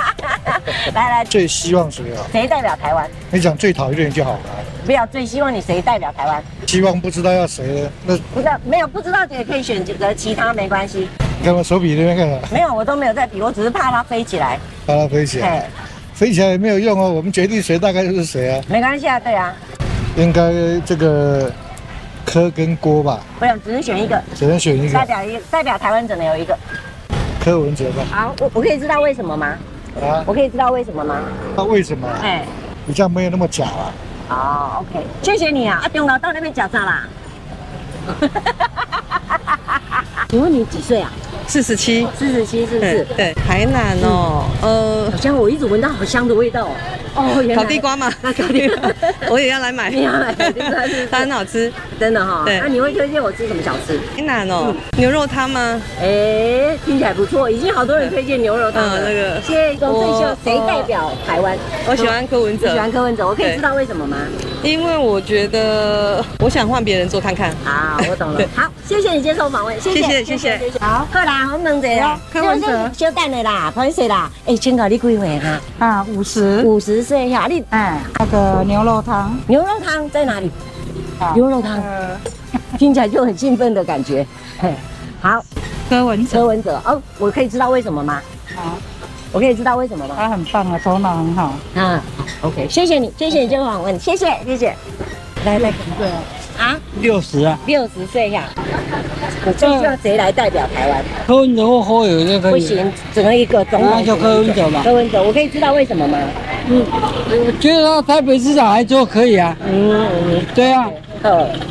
Speaker 2: 来来，
Speaker 4: 最希望谁啊？
Speaker 2: 谁代表台湾？
Speaker 4: 你讲最讨厌就好了，
Speaker 2: 不要最希望你谁代表台湾？
Speaker 4: 希望不知道要谁了。那
Speaker 2: 不知道，没有不知道也可以选择其他，没关系。
Speaker 4: 你干嘛手比那边干嘛？
Speaker 2: 没有，我都没有在比，我只是怕它飞起来。
Speaker 4: 把它飞起来
Speaker 2: 哎，
Speaker 4: 飞起来也没有用哦。我们决定谁大概就是谁啊？
Speaker 2: 没关系啊，对啊，
Speaker 4: 应该这个柯跟郭吧，
Speaker 2: 不用，只是选一个，
Speaker 4: 只能选一
Speaker 2: 代
Speaker 4: 个。
Speaker 2: 表一代表台湾只能有一个。
Speaker 4: 柯文哲吧？
Speaker 2: 好，我我可以知道为什么吗？
Speaker 4: 啊，
Speaker 2: 我可以知道为什么吗？
Speaker 4: 那为什么啊？
Speaker 2: 哎，
Speaker 4: 你这样没有那么假啊？
Speaker 2: 哦，OK，谢谢你啊，啊，中老到那边讲 啥啦？请问你几岁啊？
Speaker 6: 四十七，
Speaker 2: 四十七是不是？
Speaker 6: 对，台南哦，呃，
Speaker 2: 好香，我一直闻到好香的味道哦。哦，原来
Speaker 6: 烤地瓜 嘛，
Speaker 2: 那烤地瓜，
Speaker 6: 我也要来买，
Speaker 2: 你要来烤地瓜是不是
Speaker 6: 它很好吃，
Speaker 2: 真的哈。
Speaker 6: 对
Speaker 2: 那你会推荐我吃什么小吃？嗯
Speaker 6: 台南哦，牛肉汤吗？
Speaker 2: 哎，听起来不错，已经好多人推荐牛肉汤了。
Speaker 6: 嗯那个
Speaker 2: 现在公正秀
Speaker 6: 我
Speaker 2: 谁代表台湾？
Speaker 6: 我喜欢柯文哲
Speaker 2: 你喜欢柯文哲，我可以
Speaker 6: 对
Speaker 2: 知道为什么吗？
Speaker 6: 因为我觉得我想换别人做看看。
Speaker 2: 啊，我懂了
Speaker 6: 对，
Speaker 2: 好，谢谢你接受访问，谢
Speaker 6: 谢谢
Speaker 2: 谢
Speaker 6: 谢谢
Speaker 2: 好，好啦，好问者啦，
Speaker 6: 柯文哲
Speaker 2: 小等的啦，不好意思啦，哎，请问你几岁哈？
Speaker 7: 啊，五十
Speaker 2: 五十岁哈，你
Speaker 7: 哎，那个牛肉汤，
Speaker 2: 牛肉汤在哪里？
Speaker 7: 好
Speaker 2: 牛肉汤，听起来就很兴奋的感觉。 嘿好，
Speaker 7: 柯文
Speaker 2: 哲，柯文哲哦，我可以知道为什么吗？
Speaker 7: 好，
Speaker 2: 我可以知道为什么吗？
Speaker 7: 他很棒啊，头脑很好。
Speaker 2: 嗯，OK，谢谢你，谢谢你这个访问，谢谢谢谢。来来，对啊，
Speaker 9: 六十啊，
Speaker 2: 六十岁呀，你最需要谁来代表台湾？
Speaker 9: 柯文哲或侯友就可以。
Speaker 2: 不行，只能一个总统。
Speaker 9: 那就柯文哲吧
Speaker 2: 柯文哲，我可以知道为什么吗？
Speaker 9: 嗯，我觉得他台北市长还做可以啊。嗯，对啊。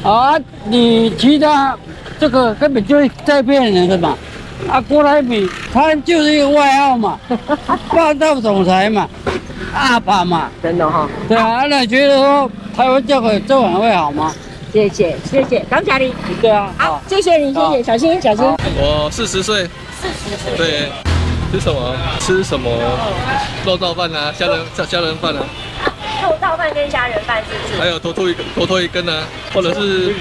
Speaker 9: 啊，你提他这个根本就是在骗人的嘛。啊，郭台铭他就是一个外号 嘛，霸道总裁嘛，阿爸嘛。
Speaker 2: 真的哈、
Speaker 9: 对啊，那你觉得说台湾这个这晚会好吗？
Speaker 2: 谢谢谢谢，感谢你。
Speaker 9: 对啊。
Speaker 2: 好，谢谢你，谢谢，小心小心。
Speaker 18: 我四十岁，对，吃什么？吃什么？肉燥饭啊，虾仁虾虾仁饭啊，
Speaker 2: 肉燥饭跟虾仁饭是不是？
Speaker 18: 还有头头一根头头一根啊，或者是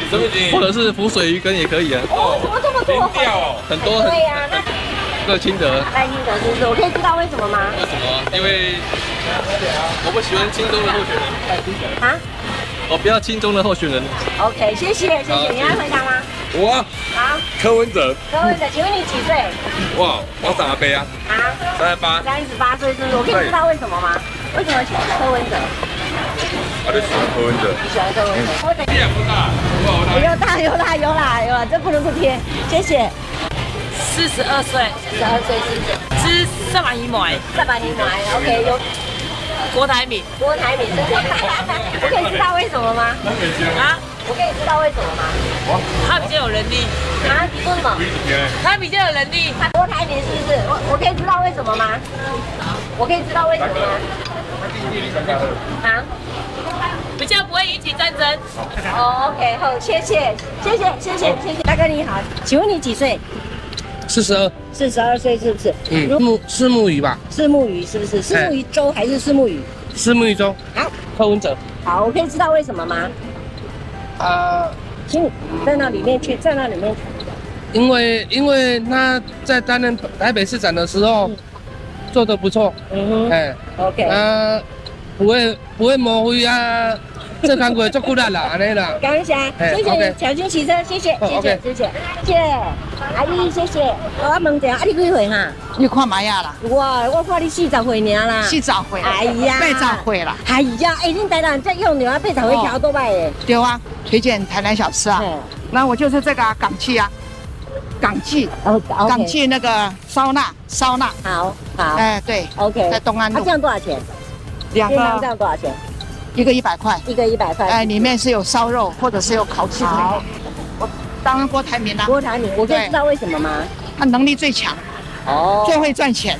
Speaker 18: 或者是浮水鱼羹也可以啊，
Speaker 2: 哦，怎么这么多？
Speaker 18: 哦很多很
Speaker 2: 对呀、那
Speaker 18: 热清德。啊
Speaker 2: 赖清德是不是？我可以知道为什么吗？
Speaker 18: 为什么？因为我不喜欢轻松的候选人。
Speaker 2: 啊？
Speaker 26: 我不要亲中的候选人。
Speaker 2: OK，谢谢谢谢，你要回答吗？
Speaker 5: 我啊
Speaker 2: 好，
Speaker 5: 柯文哲，
Speaker 2: 柯文哲，请问你几岁？
Speaker 5: 哇，我长阿伯啊，
Speaker 2: 啊，
Speaker 5: 三十八，啊
Speaker 2: 三十八岁是不是？我可以知道为什么吗？为什么喜欢柯文哲？
Speaker 5: 就喜欢柯文哲。
Speaker 2: 喜欢柯文哲？哎柯文哲
Speaker 5: 也不大，
Speaker 2: 有哎大有大有啦有啦，这不能不贴，谢谢。
Speaker 27: 四十二岁，
Speaker 2: 四十二岁是
Speaker 27: 是上马一模哎，
Speaker 2: 上马尼买，OK，有
Speaker 27: 郭台铭，
Speaker 2: 郭台铭， 这是我可以知道为什么吗？
Speaker 27: 啊，
Speaker 2: 我可以知道为什么吗？
Speaker 27: 他比较有能力，
Speaker 2: 啊，你说什么？
Speaker 27: 他比较有能力，
Speaker 2: 郭台铭是不是？我我可以知道为什么吗？我可以知道为什么吗？啊？
Speaker 27: 比较不会引起战争。
Speaker 2: 哦、o k 好，谢谢，谢谢，谢谢，谢谢，大哥你好，请问你几岁？
Speaker 18: 四十二，
Speaker 2: 四十二岁是不是？
Speaker 18: 嗯，木是木鱼吧？哎
Speaker 2: 是木鱼是不是？是木鱼粥还是是木鱼？
Speaker 18: 是木鱼中。
Speaker 5: 啊
Speaker 2: 好，
Speaker 18: 柯文哲，
Speaker 2: 好，我可以知道为什么吗？
Speaker 18: 呃，
Speaker 2: 请你站到里面去，站到里面去。
Speaker 18: 因为因为他在担任台北市长的时候、做的不错，
Speaker 2: 嗯哼，
Speaker 18: 哎
Speaker 2: OK
Speaker 18: 啊，不会不会模糊啊，这工作做苦力啦，安尼 啦，
Speaker 2: 感谢，
Speaker 18: 嘿
Speaker 2: 谢谢
Speaker 18: OK
Speaker 2: 乔军骑车，谢谢，
Speaker 18: 哦
Speaker 2: 谢谢
Speaker 18: OK，
Speaker 2: 谢谢，谢谢阿姨，谢谢。我问一下，啊，你几岁哈？
Speaker 8: 你看嘛呀啦？
Speaker 2: 哇，我看你四十岁尔啦。
Speaker 8: 四十岁
Speaker 2: 哎呀，
Speaker 8: 八十岁啦。
Speaker 2: 哎呀，哎，恁台南这用牛啊，八十岁
Speaker 8: 哦
Speaker 2: 桥多摆耶。
Speaker 8: 对啊，推荐台南小吃啊。那我就是这个啊港记啊，港记，港记那个烧腊，烧腊。
Speaker 2: 哦好，好。
Speaker 8: 哎，对
Speaker 2: ，OK，
Speaker 8: 在东安路
Speaker 2: 啊，这样多少钱？
Speaker 8: 两
Speaker 2: 这样这
Speaker 8: 个
Speaker 2: 样多少钱？
Speaker 8: 一个一百块，
Speaker 2: 一个一百块。
Speaker 8: 哎，里面是有烧肉或者是有烤翅。
Speaker 2: 好，
Speaker 8: 我当然郭台铭啦。
Speaker 2: 郭台铭，我可以知道为什么吗？
Speaker 8: 他能力最强，
Speaker 2: 哦，
Speaker 8: 最会赚 钱。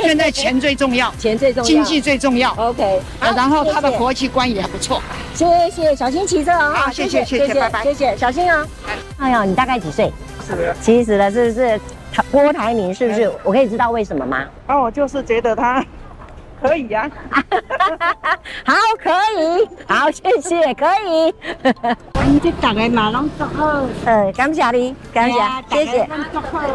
Speaker 8: 现在钱最重要，
Speaker 2: 钱最重要
Speaker 8: 经济最重要。啊
Speaker 2: OK，
Speaker 8: 然后他的
Speaker 2: 谢谢
Speaker 8: 国际观也还不错。
Speaker 2: 谢谢，小心骑车哦。
Speaker 8: 好谢谢谢谢拜拜
Speaker 2: 谢谢，小心哦。哎呦，你大概几岁？七十了，是不是？他郭台铭是不是？我可以知道为什么吗？
Speaker 14: 那哦我就是觉 得他可以啊呀、
Speaker 2: 好，可以，好，谢谢，可以。
Speaker 14: 哎
Speaker 2: 你这大概马龙做 好。嗯，感谢你，感谢，谢谢，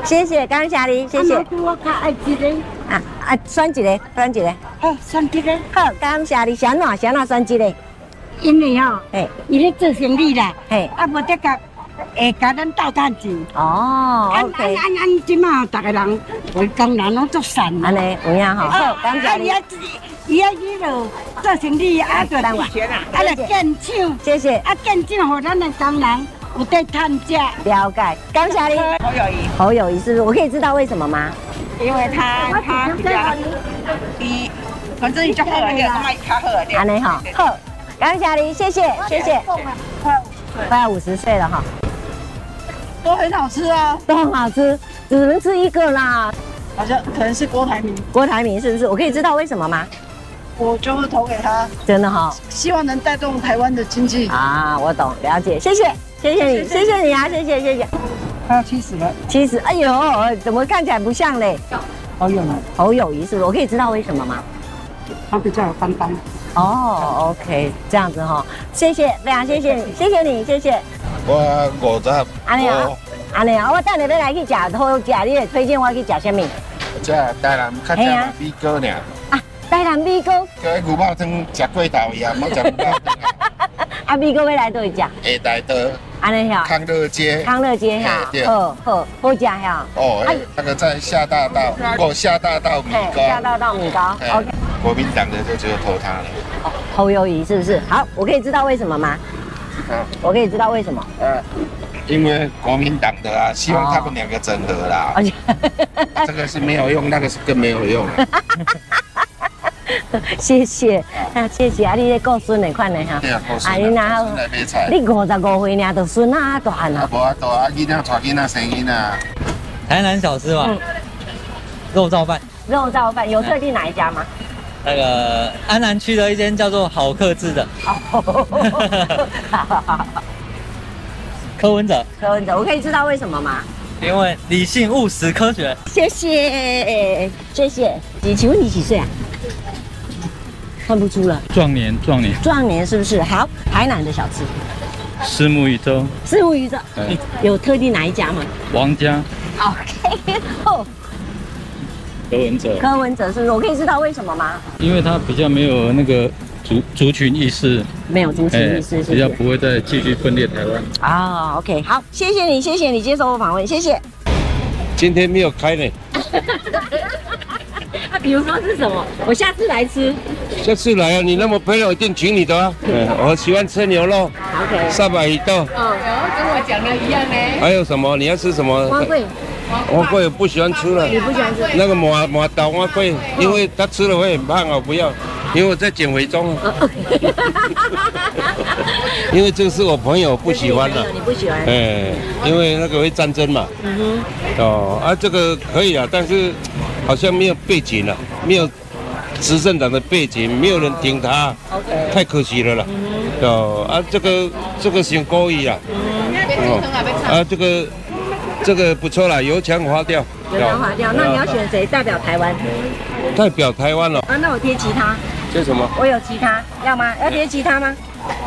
Speaker 2: 谢谢，感谢你，谢谢。
Speaker 22: 啊我较爱一个，
Speaker 2: 啊啊，选一个，选一个。好，选一个。好，感谢你，想哪想哪选一个。
Speaker 22: 因为哦，
Speaker 2: 哎，
Speaker 22: 伊咧做生意啦，
Speaker 2: 嘿，
Speaker 22: 啊无得甲会甲咱斗啊趁钱。
Speaker 2: 哦
Speaker 22: 安
Speaker 2: OK
Speaker 22: 安安即马，哦逐个人为工人拢足善。安
Speaker 2: 尼有影吼好感谢你
Speaker 22: 伊啊，伊啊，伊就做生意啊，就
Speaker 2: 等我
Speaker 22: 啊，就建厂。
Speaker 2: 谢谢。
Speaker 22: 啊，建厂，互咱的工人有得趁食。
Speaker 2: 了解，感谢你。侯友谊，侯友谊是不是？我可以知道为什么吗？
Speaker 22: 因为他
Speaker 14: 他比较，一，反正你就喝了，就他他喝了。
Speaker 2: 安尼哈，好，感谢你，谢谢，谢谢。快要五十岁了哈，
Speaker 14: 都很好吃啊，
Speaker 2: 都很好吃，只能吃一个啦。
Speaker 14: 好像可能是郭台铭，
Speaker 2: 郭台铭是不是？我可以知道为什么吗？
Speaker 14: 我就会投给他，
Speaker 2: 真的哈、
Speaker 14: 希望能带动台湾的经济。
Speaker 2: 啊，我懂，了解，谢谢，谢谢你，谢谢你啊，谢谢，谢谢。
Speaker 28: 他要七十了，
Speaker 2: 其实，哎呦，怎么看起来不像嘞？
Speaker 28: 好远了，
Speaker 2: 侯友谊是不是？我可以知道为什么吗？
Speaker 28: 他比较有担当。
Speaker 2: 哦，OK，这样子哈、谢谢，非常谢谢你，谢谢你，谢谢。
Speaker 16: 我五十，哦
Speaker 2: 安尼啊，安尼啊，我等下要来去食好食，你会推荐我去食什么？
Speaker 16: 即台南较
Speaker 2: 嘿
Speaker 16: 食
Speaker 2: 啊
Speaker 16: 米糕尔，
Speaker 2: 台南米糕，
Speaker 16: 叫牛肉汤食过头呀，莫食牛肉汤，
Speaker 2: 啊米糕要来倒去食，
Speaker 16: 下台道
Speaker 2: 安尼吼，
Speaker 16: 康乐街，
Speaker 2: 康乐街哈
Speaker 16: 嘿对，
Speaker 2: 好好好食哈。
Speaker 16: 哦，
Speaker 2: 哎
Speaker 16: 哎，那个在下大道，哦，下大道米
Speaker 2: 嘿，
Speaker 16: 糕，
Speaker 2: 下到到米糕
Speaker 16: 嘿
Speaker 2: ，OK，
Speaker 16: 国民党的就只有投他了，
Speaker 2: 侯友谊是不是？好，我可以知道为什么吗？
Speaker 16: 嗯
Speaker 2: 我可以知道为什么？
Speaker 16: 呃，因为国民党的啊，希望他们两个整合啦，啊这个是没有用，那个是更没有用啊。
Speaker 2: 谢谢，啊，谢谢啊！你咧顾孙的款的哈
Speaker 16: 对啊顾，孙啊
Speaker 2: 你哪
Speaker 16: 顾孙来买菜
Speaker 2: 你五十五岁尔，就孙啊大汉啊，
Speaker 16: 无啊，大啊，囡仔带囡仔生囡仔，
Speaker 29: 台南小吃
Speaker 16: 啊
Speaker 2: 嗯
Speaker 29: 嘛，肉燥饭，
Speaker 2: 肉燥饭有特定哪一家吗？
Speaker 29: 那个安南区的一间叫做好克制 的，柯文哲，
Speaker 2: 柯文哲，我可以知道为什么吗？
Speaker 29: 因为理性务实科学，
Speaker 2: 谢谢，谢谢。你请问你几岁啊？看不出了，
Speaker 30: 壮年，壮年，
Speaker 2: 壮年是不是？好，台南的小吃，
Speaker 30: 石母宇宙，
Speaker 2: 石目鱼的，
Speaker 30: 嗯
Speaker 2: 有特定哪一家吗
Speaker 30: 王家，
Speaker 2: ？OK，哦，
Speaker 30: 柯文哲，
Speaker 2: 柯文哲是不是？我可以知道为什么吗？
Speaker 30: 因为他比较没有那个
Speaker 31: 族族群意识，
Speaker 2: 没有族群意
Speaker 31: 哎
Speaker 2: 识是不是
Speaker 31: 比较不会再继续分裂台湾。
Speaker 2: 啊、o k 好，谢谢你，谢谢你接受我访问，谢谢。
Speaker 1: 今天没有开呢，
Speaker 2: 那比如说是什么？我下次来吃。
Speaker 1: 下次来啊，你那么朋友一定请你的啊。嗯，我喜欢吃牛肉，
Speaker 2: OK。
Speaker 1: 三百一道，
Speaker 2: 嗯，然后跟我讲的一样呢。
Speaker 1: 还有什么？你要吃什么？
Speaker 2: 光棍，
Speaker 1: 我贵不喜欢吃了，
Speaker 2: 你不喜欢吃
Speaker 1: 那个麻麻岛蛙贵，因为他吃了会很胖啊，我不要，因为我在减肥中
Speaker 2: 哦
Speaker 1: 啊， 因为这是我朋友不喜欢的、
Speaker 2: 你不喜欢？
Speaker 1: 哎，因为那个会战争嘛，
Speaker 2: 嗯哼，
Speaker 1: 哦啊，这个可以啊，但是好像没有背景了、没有执政党的背景，没有人挺他，太可惜了啦，
Speaker 2: 嗯
Speaker 1: 哦啊，这个这个行高义啊，哦啊，这个这个不错啦，油腔滑调，哦啊
Speaker 2: 有人划掉。那你要选谁代表台湾？
Speaker 1: 代表台湾了、
Speaker 2: 啊，那我贴吉他，
Speaker 1: 这什么？
Speaker 2: 我有吉他，要吗？要贴吉他吗？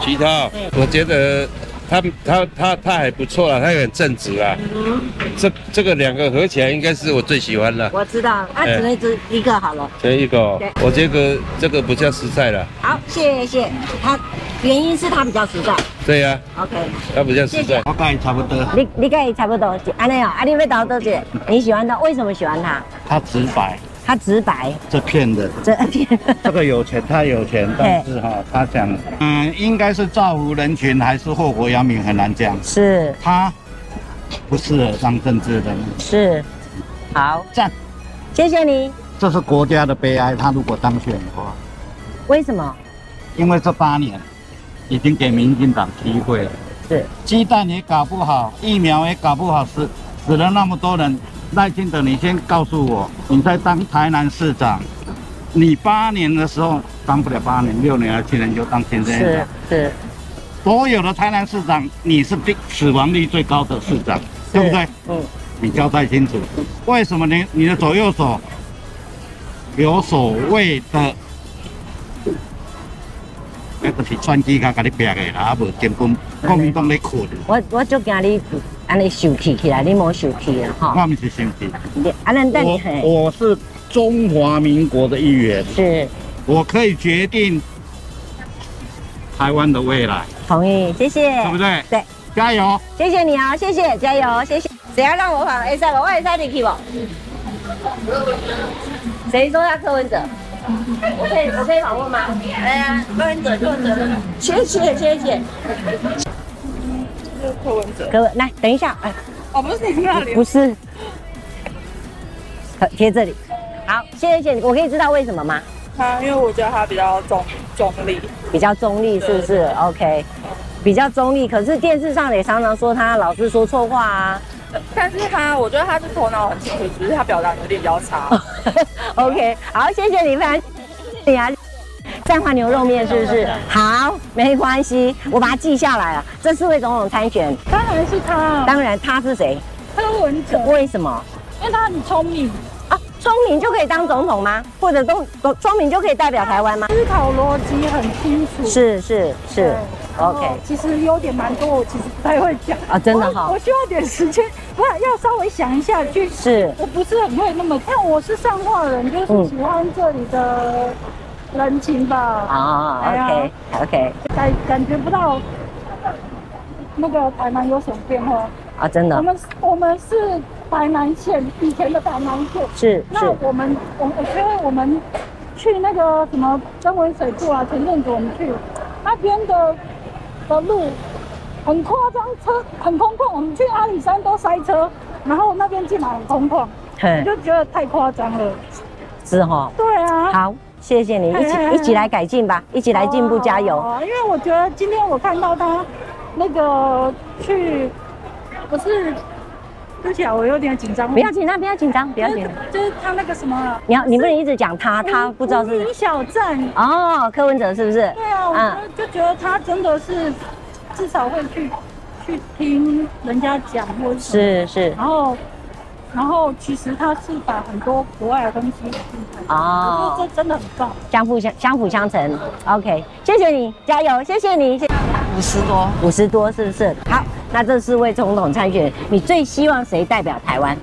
Speaker 1: 其他哦、我觉得他他他他还不错啦，他也很正直啦。
Speaker 2: 嗯，
Speaker 1: 这这个两个合起来应该是我最喜欢的。
Speaker 2: 我知道，啊，
Speaker 1: 哎
Speaker 2: 只能只一个好了。
Speaker 1: 这一个哦
Speaker 2: 对，
Speaker 1: 我这个这个比较实在了。
Speaker 2: 好，谢谢。他原因是他比较实在。
Speaker 1: 对呀、
Speaker 2: OK。
Speaker 1: 他比较实在。
Speaker 2: 我
Speaker 1: 跟你差不多
Speaker 2: 你你跟也差不多，安内哦，啊，你要导多姐，你喜欢他，为什么喜欢他？
Speaker 13: 他直白，
Speaker 2: 他直白，
Speaker 13: 这骗人。
Speaker 2: 这这
Speaker 13: 个有钱，他有钱，但是哈、他讲，嗯，应该是造福人群还是祸国殃民很难讲。
Speaker 2: 是，
Speaker 13: 他不适合当政治人物，
Speaker 2: 是，好，
Speaker 13: 赞，
Speaker 2: 谢谢你。
Speaker 13: 这是国家的悲哀。他如果当选的话，
Speaker 2: 为什么？
Speaker 13: 因为这八年已经给民进党机会了，
Speaker 2: 是
Speaker 13: 鸡蛋也搞不好，疫苗也搞不好，死死了那么多人。赖清德，你先告诉我，你在当台南市长，你八年的时候当不了八年，六年还七年就当行政院
Speaker 2: 是
Speaker 13: 长。
Speaker 2: 是
Speaker 13: 所有的台南市长，你是病死亡率最高的市长，对不对？
Speaker 2: 嗯，
Speaker 13: 你交代清楚，为什么你你的左右手有所谓的？那个是算计，甲甲你拼的啦，啊无根本国民党咧困，
Speaker 2: 我我就惊你安尼生气起来，你莫生气啊哈。
Speaker 13: 我毋是生气。
Speaker 2: 你啊，咱等你
Speaker 13: 我
Speaker 2: 嘿，
Speaker 13: 我是中华民国的一员，
Speaker 2: 是，
Speaker 13: 我可以决定台湾的未来，
Speaker 2: 同意，谢谢。
Speaker 13: 对不对？
Speaker 2: 对，
Speaker 13: 加油。
Speaker 2: 谢谢你哦，谢谢，加油，谢谢。谁要让我访？哎，赛我我也赛进去不？谁说他柯文哲？我可以我可以访问吗？哎呀，柯文哲，柯文哲，谢谢谢谢。
Speaker 15: 柯文哲，
Speaker 2: 各位来等一下，哎，
Speaker 15: 哦，不是你那里，
Speaker 2: 不是，可贴这里。好，谢谢你。我可以知道为什么吗？
Speaker 15: 他，因为我觉得他比较中中立，
Speaker 2: 比较中立是不是？OK，比较中立。可是电视上也常常说他老是说错话 啊。
Speaker 15: 但是他，我觉得他是头脑很清楚，只是他表达能力比较差。
Speaker 2: OK，好，谢谢你，非常谢谢你啊。战华牛肉面是不是？好，没关系，我把它记下来了。这四位总统参选，
Speaker 14: 当然是他，
Speaker 2: 当然他是谁？
Speaker 14: 柯文哲，
Speaker 2: 为什么？
Speaker 14: 因为他很聪明，
Speaker 2: 啊，聪明就可以当总统吗？或者都都聪明就可以代表台湾吗？
Speaker 14: 思考逻辑很清楚。哦
Speaker 2: 是是是，OK。
Speaker 14: 其实优点蛮多，我其实不太会讲
Speaker 2: 啊真的哈
Speaker 14: 我我需要点时间，不然要稍微想一下去。
Speaker 2: 是
Speaker 14: 我不是很会那么，但我是上化人，就是喜欢这里的人情吧。
Speaker 2: 哦
Speaker 14: 哎呀
Speaker 2: ，OK OK，
Speaker 14: 感感觉不到那个台南有什么变化。
Speaker 2: 啊，真的
Speaker 14: 我们我们是台南县以前的台南县，
Speaker 2: 是
Speaker 14: 那
Speaker 2: 是
Speaker 14: 我们我我因为我们去那个什么曾文水库啊，前阵子我们去那边的的路很夸张，车很空旷，我们去阿里山都塞车，然后那边进来很空旷，
Speaker 2: 嘿
Speaker 14: 我就觉得太夸张了。
Speaker 2: 是哈。
Speaker 14: 对啊，
Speaker 2: 好，谢谢你，一起
Speaker 14: 哎哎哎
Speaker 2: 一起来改进吧，一起来进步，加油。
Speaker 14: 哦因为我觉得今天我看到他那个去，不是，对不起啊，我有点紧张。
Speaker 2: 不要紧张，不要紧张，不要紧张。
Speaker 14: 就是他那个什么，
Speaker 2: 你要你不能一直讲他，他不知道
Speaker 14: 无
Speaker 2: 是
Speaker 14: 名小站。
Speaker 2: 哦，柯文哲是不是？
Speaker 14: 对啊，我
Speaker 2: 嗯，
Speaker 14: 就就觉得他真的是至少会去去听人家讲或者什么
Speaker 2: 是是
Speaker 14: 然后然后其实他是把很多国外的东西
Speaker 2: 哦
Speaker 14: 我觉得这真的很棒。
Speaker 2: 相互相相辅相成。OK，谢谢你，加油，谢谢你。
Speaker 14: 五十多，
Speaker 2: 五十多是不是？好，那这四位总统参选，你最希望谁代表台湾？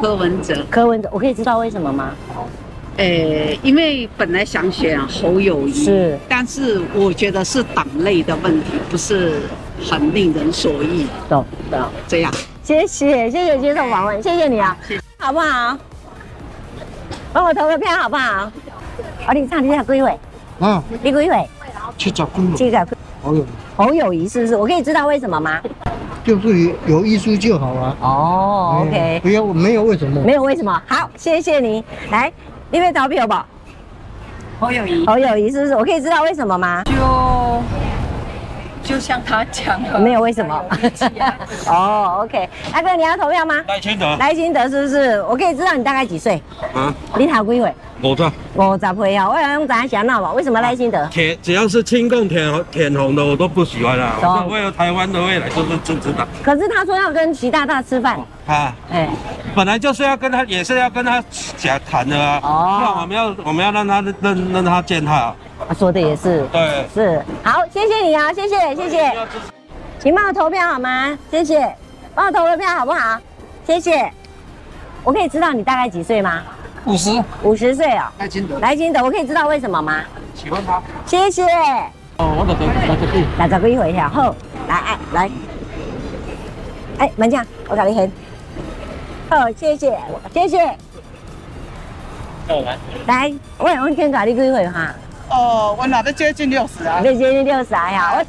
Speaker 14: 柯文哲，
Speaker 2: 柯文哲，我可以知道为什么吗？
Speaker 24: 诶，呃因为本来想选侯友谊，
Speaker 5: 是，
Speaker 24: 但是我觉得是党内的问题，不是很令人所意。啊
Speaker 5: 懂懂，
Speaker 24: 这样。
Speaker 2: 谢谢谢谢接受访问，谢谢你啊，好不好？帮我投个票好不好？哦，你唱你唱归位，
Speaker 4: 啊，
Speaker 2: 你归位，
Speaker 4: 去找工作，
Speaker 2: 这个
Speaker 4: 好友
Speaker 2: 侯友谊是不是？我可以知道为什么吗？
Speaker 4: 就是有有艺术就好啊。
Speaker 2: 哦，OK
Speaker 4: 不要没有为什么，
Speaker 2: 没有为什么。好，谢谢你。来，你被投票吧。
Speaker 17: 侯友谊，
Speaker 2: 侯友谊是不是？我可以知道为什么吗？
Speaker 17: 就就像他讲的，
Speaker 2: 没有为 什么。哦，OK，阿哥你要投票吗？
Speaker 19: 赖清德
Speaker 2: 赖清德是不是？我可以知道你大概几岁？
Speaker 19: 啊，
Speaker 2: 你头几岁？
Speaker 19: 我这
Speaker 2: 五十岁啊！我想用咱想闹吧？为什么赖清德？
Speaker 19: 舔只要是亲共舔红舔红的，我都不喜欢啊。
Speaker 2: 懂
Speaker 19: 我是为了台湾的未来，就是政治党
Speaker 2: 可是他说要跟习大大吃饭，
Speaker 19: 啊。
Speaker 2: 哎，
Speaker 19: 本来就是要跟他，也是要跟他讲谈的啊。
Speaker 2: 哦
Speaker 19: 那我们要我们要让他让让他见他。
Speaker 2: 他说的也是。
Speaker 19: 对，
Speaker 2: 是。好，谢谢你啊，谢谢谢谢，请帮我投票好吗？谢谢，帮我投个票好不好？谢谢。我可以知道你大概几岁吗？
Speaker 7: 五十，
Speaker 2: 五十岁哦。
Speaker 7: 赖清德
Speaker 2: 来，金德，我可以知道为什么吗？
Speaker 7: 喜欢他。
Speaker 2: 谢谢。
Speaker 7: 哦，我
Speaker 2: 来十几回了好，来哎来，哎慢姐，我给你很，好谢谢谢谢，来我我先啊给你几回哈，
Speaker 12: 哦，我拿的接近六十啊。
Speaker 2: 你接近六十哎呀，我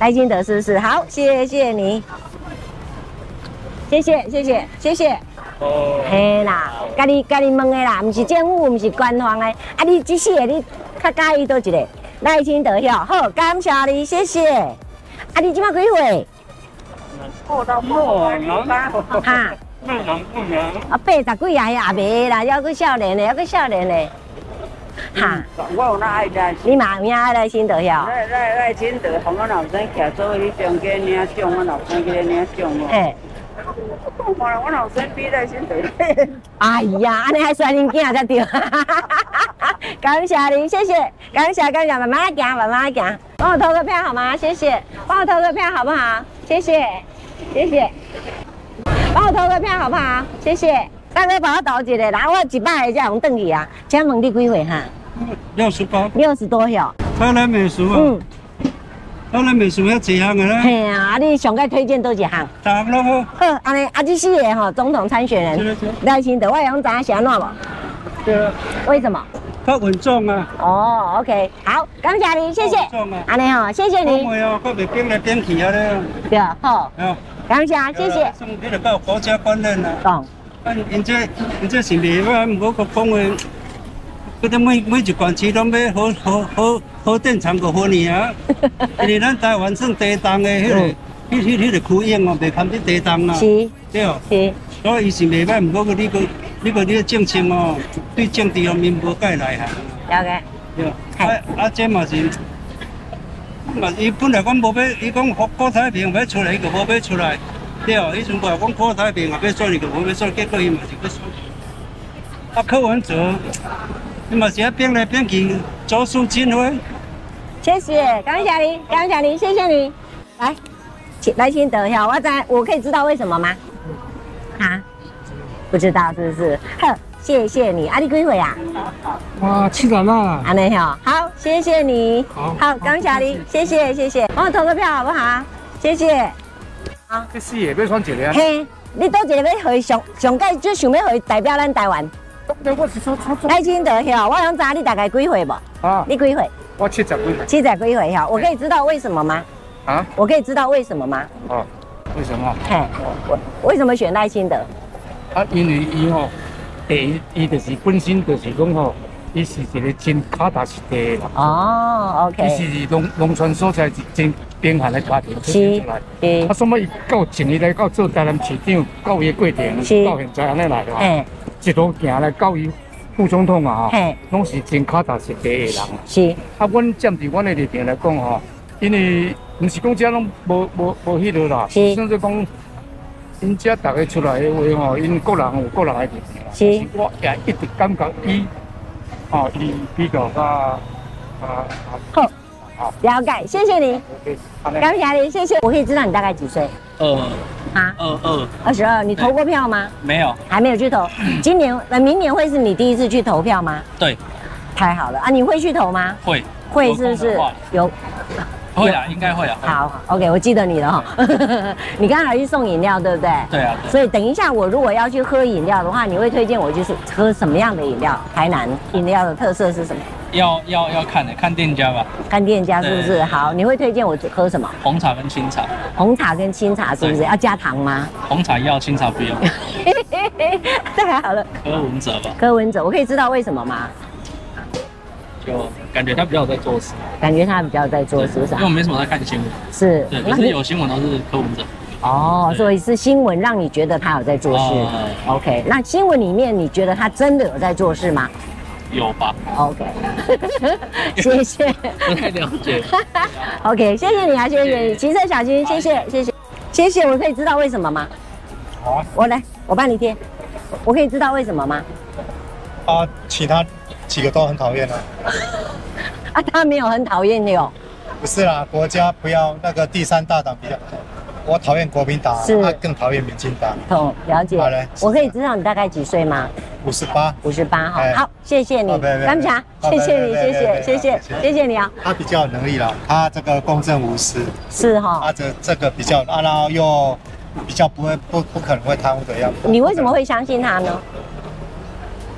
Speaker 2: 赖金德是不是？好，谢谢你，谢谢谢谢谢谢。
Speaker 19: 哦，
Speaker 2: 嘿啦，家己家己问的啦，毋是政府，毋是官方的。啊，你即世的你较介意倒一个？赖清德哟，好，感谢你，谢谢。啊，你即满几岁？
Speaker 20: 过到莫能
Speaker 2: 哈，
Speaker 20: 不能不能，
Speaker 2: 啊，八十几啊，也未啦，还佫少年嘞，还佫少年嘞。哈，
Speaker 20: 嗯我有那爱在。
Speaker 2: 你嘛有影爱赖清 德哟？
Speaker 20: 赖赖赖金德，同我老生徛做位中间领奖，我老生去咧领奖哦。
Speaker 2: 哎，
Speaker 20: 我我老生比赖金德。
Speaker 2: 哎呀，安尼还选恁囝才对。 感谢你，谢谢，感谢感谢，慢慢行，慢慢行。帮我投个票好吗？谢谢，帮我投个票好不好？谢谢，谢谢。帮我投个票好不好？谢谢。大哥帮我投一个，然后我一摆才用转去啊。请问你几岁哈？
Speaker 21: 六十八，
Speaker 2: 六十多岁。哦
Speaker 21: 台南美术啊，
Speaker 2: 嗯，
Speaker 21: 台南美术要怎样的呢？
Speaker 2: 嘿啊，啊你上该推荐多一项？
Speaker 21: 大陆好，
Speaker 2: 好，安尼啊，这四个吼，总统参选人赖清德，我用知影是安怎无？
Speaker 21: 对啊，
Speaker 2: 为什么？
Speaker 21: 较稳重啊，
Speaker 2: 哦，OK，好，感谢你，谢谢
Speaker 21: 稳，重啊，
Speaker 2: 安尼吼，谢谢
Speaker 21: 讲
Speaker 2: 你
Speaker 21: 话，哦，较袂变来变去啊咧，
Speaker 2: 对，好，
Speaker 21: 啊，
Speaker 2: 感谢，谢谢，
Speaker 21: 送你就有国家观念啊。
Speaker 2: 懂。
Speaker 21: 啊，因这因这是例外，唔好个讲话，嗰啲每每一县市拢要好好好好正常个好你 啊，因为咱台湾算地动的迄个。迄迄迄个区域哦，袂堪去地动啦，
Speaker 2: 嗯是，
Speaker 21: 对哦，
Speaker 2: 是，
Speaker 21: 所以伊是袂歹，毋过个你个你个你个政策哦，对政治方面无解来啊哈。
Speaker 2: 了解，
Speaker 21: 对，啊啊，这嘛是，嘛伊本来讲无要，伊讲郭郭台铭要出来，伊就无要出来，对哦，伊阵话讲郭台铭也要选，伊就无要选，结果伊嘛是要选。啊，柯文哲，伊嘛是啊变来变去，左树金花，
Speaker 2: 谢谢，感谢你，感谢你，谢谢你，来，请来请等一下，我知，我可以知道为什么吗？啊，不知道是不是？哼，谢谢你，啊，你几岁啊？
Speaker 7: 哇，七转啦，
Speaker 2: 安尼吼，好，谢谢你，好，感谢你，谢谢，谢谢，帮我投个票好不好？谢谢。
Speaker 23: 这四爷要选一个啊？
Speaker 2: 嘿，你倒一个要回上上届最想要回代表咱台湾？赖清德吼，我想知你大概几岁无？
Speaker 23: 啊
Speaker 2: 你几岁？
Speaker 23: 我七十几岁
Speaker 2: 七十几岁吼，我可以知道为什么吗？
Speaker 23: 啊？
Speaker 2: 我可以知道为什么吗？
Speaker 23: 哦，为什么？
Speaker 2: 嘿，为什么选赖清德？
Speaker 23: 啊，因为伊吼，第一，伊就是本身就是讲吼，伊是一个真卡达实地的人。
Speaker 2: 哦，OK
Speaker 23: 伊是农农村所在是真贫寒的家庭出身出来。
Speaker 2: 是
Speaker 23: 啊，所以伊到前年来到做台南市长，到伊的过程，
Speaker 2: 是
Speaker 23: 到现在安尼来
Speaker 2: 嘿
Speaker 23: 吼，一路行来到伊副总统啊
Speaker 2: 嘿，
Speaker 23: 拢是真卡达实地的人。
Speaker 2: 是。
Speaker 23: 啊，阮站伫阮的立场来讲吼，因为毋是讲遮拢无无无迄落啦，
Speaker 2: 是
Speaker 23: 算做讲。因遮逐个出来的话吼，因个人有个人的立场，
Speaker 2: 是
Speaker 23: 但我也一直感觉伊，哦，伊比较较啊啊
Speaker 2: 好，了解，谢谢你，
Speaker 23: OK，
Speaker 2: 感谢你，谢谢。我可以知道你大概几岁？
Speaker 17: 呃，
Speaker 2: 趴，
Speaker 32: 二二
Speaker 2: 二十二，你投过票吗？
Speaker 32: 没有，
Speaker 2: 还没有去投，今年呃明年会是你第一次去投票吗？
Speaker 32: 对，
Speaker 2: 太好了啊！你会去投吗？
Speaker 32: 会
Speaker 2: 会是不是
Speaker 32: 有空的话
Speaker 2: 有？
Speaker 32: 会啊，应该会啊。
Speaker 2: 好，OK，我记得你了哈、 你刚才去送饮料，对不对？
Speaker 32: 对啊对
Speaker 2: 所以等一下，我如果要去喝饮料的话，你会推荐我就是喝什么样的饮料？台南饮料的特色是什么？
Speaker 32: 要要要看的，看店家吧。
Speaker 2: 看店家是不是？
Speaker 32: 对
Speaker 2: 好，你会推荐我喝什么？
Speaker 32: 红茶跟清茶，
Speaker 2: 红茶跟清茶是不是
Speaker 32: 对
Speaker 2: 要加糖吗？
Speaker 32: 红茶要，清茶不用。
Speaker 2: 太好了，
Speaker 32: 柯文哲吧，
Speaker 2: 柯文哲，我可以知道为什么吗？
Speaker 32: 就感觉他比较有在做事，
Speaker 2: 感觉他比较在做，是不是
Speaker 32: 因
Speaker 2: 啊
Speaker 32: 为？我没什么在看新闻。
Speaker 2: 是
Speaker 32: 对，，可
Speaker 2: 那
Speaker 32: 是
Speaker 2: 你
Speaker 32: 有新闻都是柯文哲。
Speaker 2: 哦，所以是新闻让你觉得他有在做事。
Speaker 32: 哦
Speaker 2: OK，那新闻里面你觉得他真的有在做事吗？
Speaker 32: 有吧？
Speaker 2: OK，谢 谢。
Speaker 32: 不 太了解。
Speaker 2: OK，谢谢你啊，谢谢你，骑车小心，谢谢，谢谢，谢谢。我可以知道为什么吗？
Speaker 5: 好啊，
Speaker 2: 我来，我帮你贴。我我可以知道为什么吗？
Speaker 5: 啊，其他几个都很讨厌啊。
Speaker 2: 啊，他没有很讨厌你哦。
Speaker 5: 不是啦，国家不要那个第三大党比较，我讨厌国民党，啊
Speaker 2: 是
Speaker 5: 他更讨厌民进党。
Speaker 2: 懂，哦了解
Speaker 5: 好嘞。
Speaker 2: 我可以知道你大概几岁吗？
Speaker 5: 五十八，
Speaker 2: 五十八哈
Speaker 5: 哎。
Speaker 2: 好，谢谢你，
Speaker 5: 啊没没没
Speaker 2: 甘霞，
Speaker 5: 啊
Speaker 2: 谢谢
Speaker 5: 没
Speaker 2: 你，
Speaker 5: 没
Speaker 2: 谢
Speaker 5: 没
Speaker 2: 谢，
Speaker 5: 没
Speaker 2: 谢谢，谢谢你啊。
Speaker 5: 他比较有能力啦，他这个公正无私，
Speaker 2: 是哈。
Speaker 5: 他这这个比较啊，然后又比较不会不不可能会贪污的样子。
Speaker 2: 你为什么会相信他呢？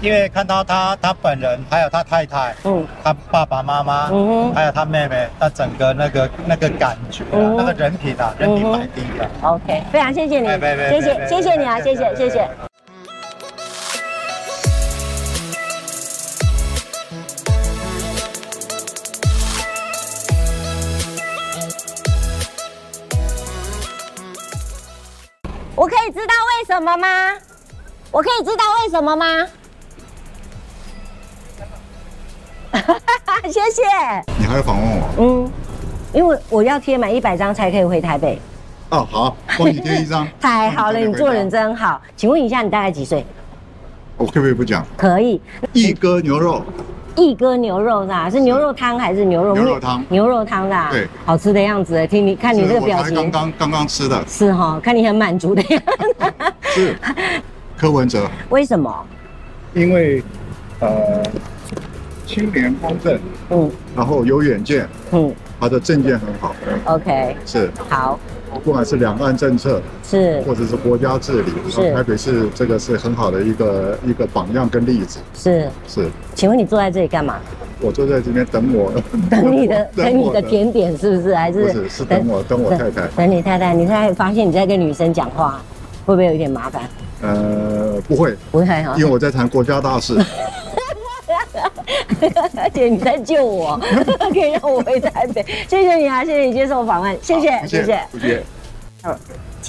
Speaker 5: 因为看到他他本人，还有他太太，
Speaker 2: 嗯，
Speaker 5: 他爸爸妈妈，
Speaker 2: 嗯哼
Speaker 5: 还有他妹妹，他整个那个那个感觉、啊，
Speaker 2: 嗯哼嗯
Speaker 5: 那个人品啊，人品摆低了、
Speaker 2: OK，非常谢谢你，
Speaker 5: 拜拜
Speaker 2: 谢
Speaker 5: 拜
Speaker 2: 谢，
Speaker 5: 拜
Speaker 2: 谢谢你啊，谢谢，谢谢。我可以知道为什么吗？我可以知道为什么吗？ 谢谢，
Speaker 6: 你还要访问我？
Speaker 2: 嗯，因为我要贴满一百张才可以回台北。啊
Speaker 6: 哦，好，帮你贴一张。
Speaker 2: 太好了，你做人真好。请问一下，你大概几岁？
Speaker 6: 我可不可以不讲？
Speaker 2: 可以。
Speaker 6: 一哥牛肉，
Speaker 2: 一哥牛肉是吧？是牛肉汤还是牛肉面
Speaker 6: 牛肉汤
Speaker 2: 牛肉汤的、啊，
Speaker 6: 对，
Speaker 2: 好吃的样子。听你看你这个表
Speaker 6: 是我才刚
Speaker 2: 情，
Speaker 6: 刚刚刚吃的，
Speaker 2: 是哈、看你很满足的样 子。
Speaker 6: 柯文哲，
Speaker 2: 为什么？
Speaker 6: 因为呃清廉公正，
Speaker 2: 嗯，
Speaker 6: 然后有远见，
Speaker 2: 嗯，
Speaker 6: 他的政见很好，
Speaker 2: ？OK，
Speaker 6: 是
Speaker 2: 好，
Speaker 6: 不管是两岸政策。
Speaker 2: 是
Speaker 6: 或者是国家治理，
Speaker 2: 是
Speaker 6: 然后台北市这个是很好的一个一个榜样跟例子。
Speaker 2: 是。
Speaker 6: 是
Speaker 2: 请问你坐在这里干嘛？
Speaker 6: 我坐在这边等我，
Speaker 2: 等你的，
Speaker 6: 等我
Speaker 2: 等你的甜点是不是？还
Speaker 6: 不
Speaker 2: 是
Speaker 6: 是是等我等我太太。
Speaker 2: 等你太太？你太太发现你在跟女生讲话，会不会有一点麻烦？
Speaker 6: 呃，不会，
Speaker 2: 不会啊哈
Speaker 6: 因为我在谈国家大事。
Speaker 2: 姐，你在救我， 可以让我回台北。谢谢你啊，谢谢你接受访问，谢谢，谢谢。
Speaker 6: 谢谢。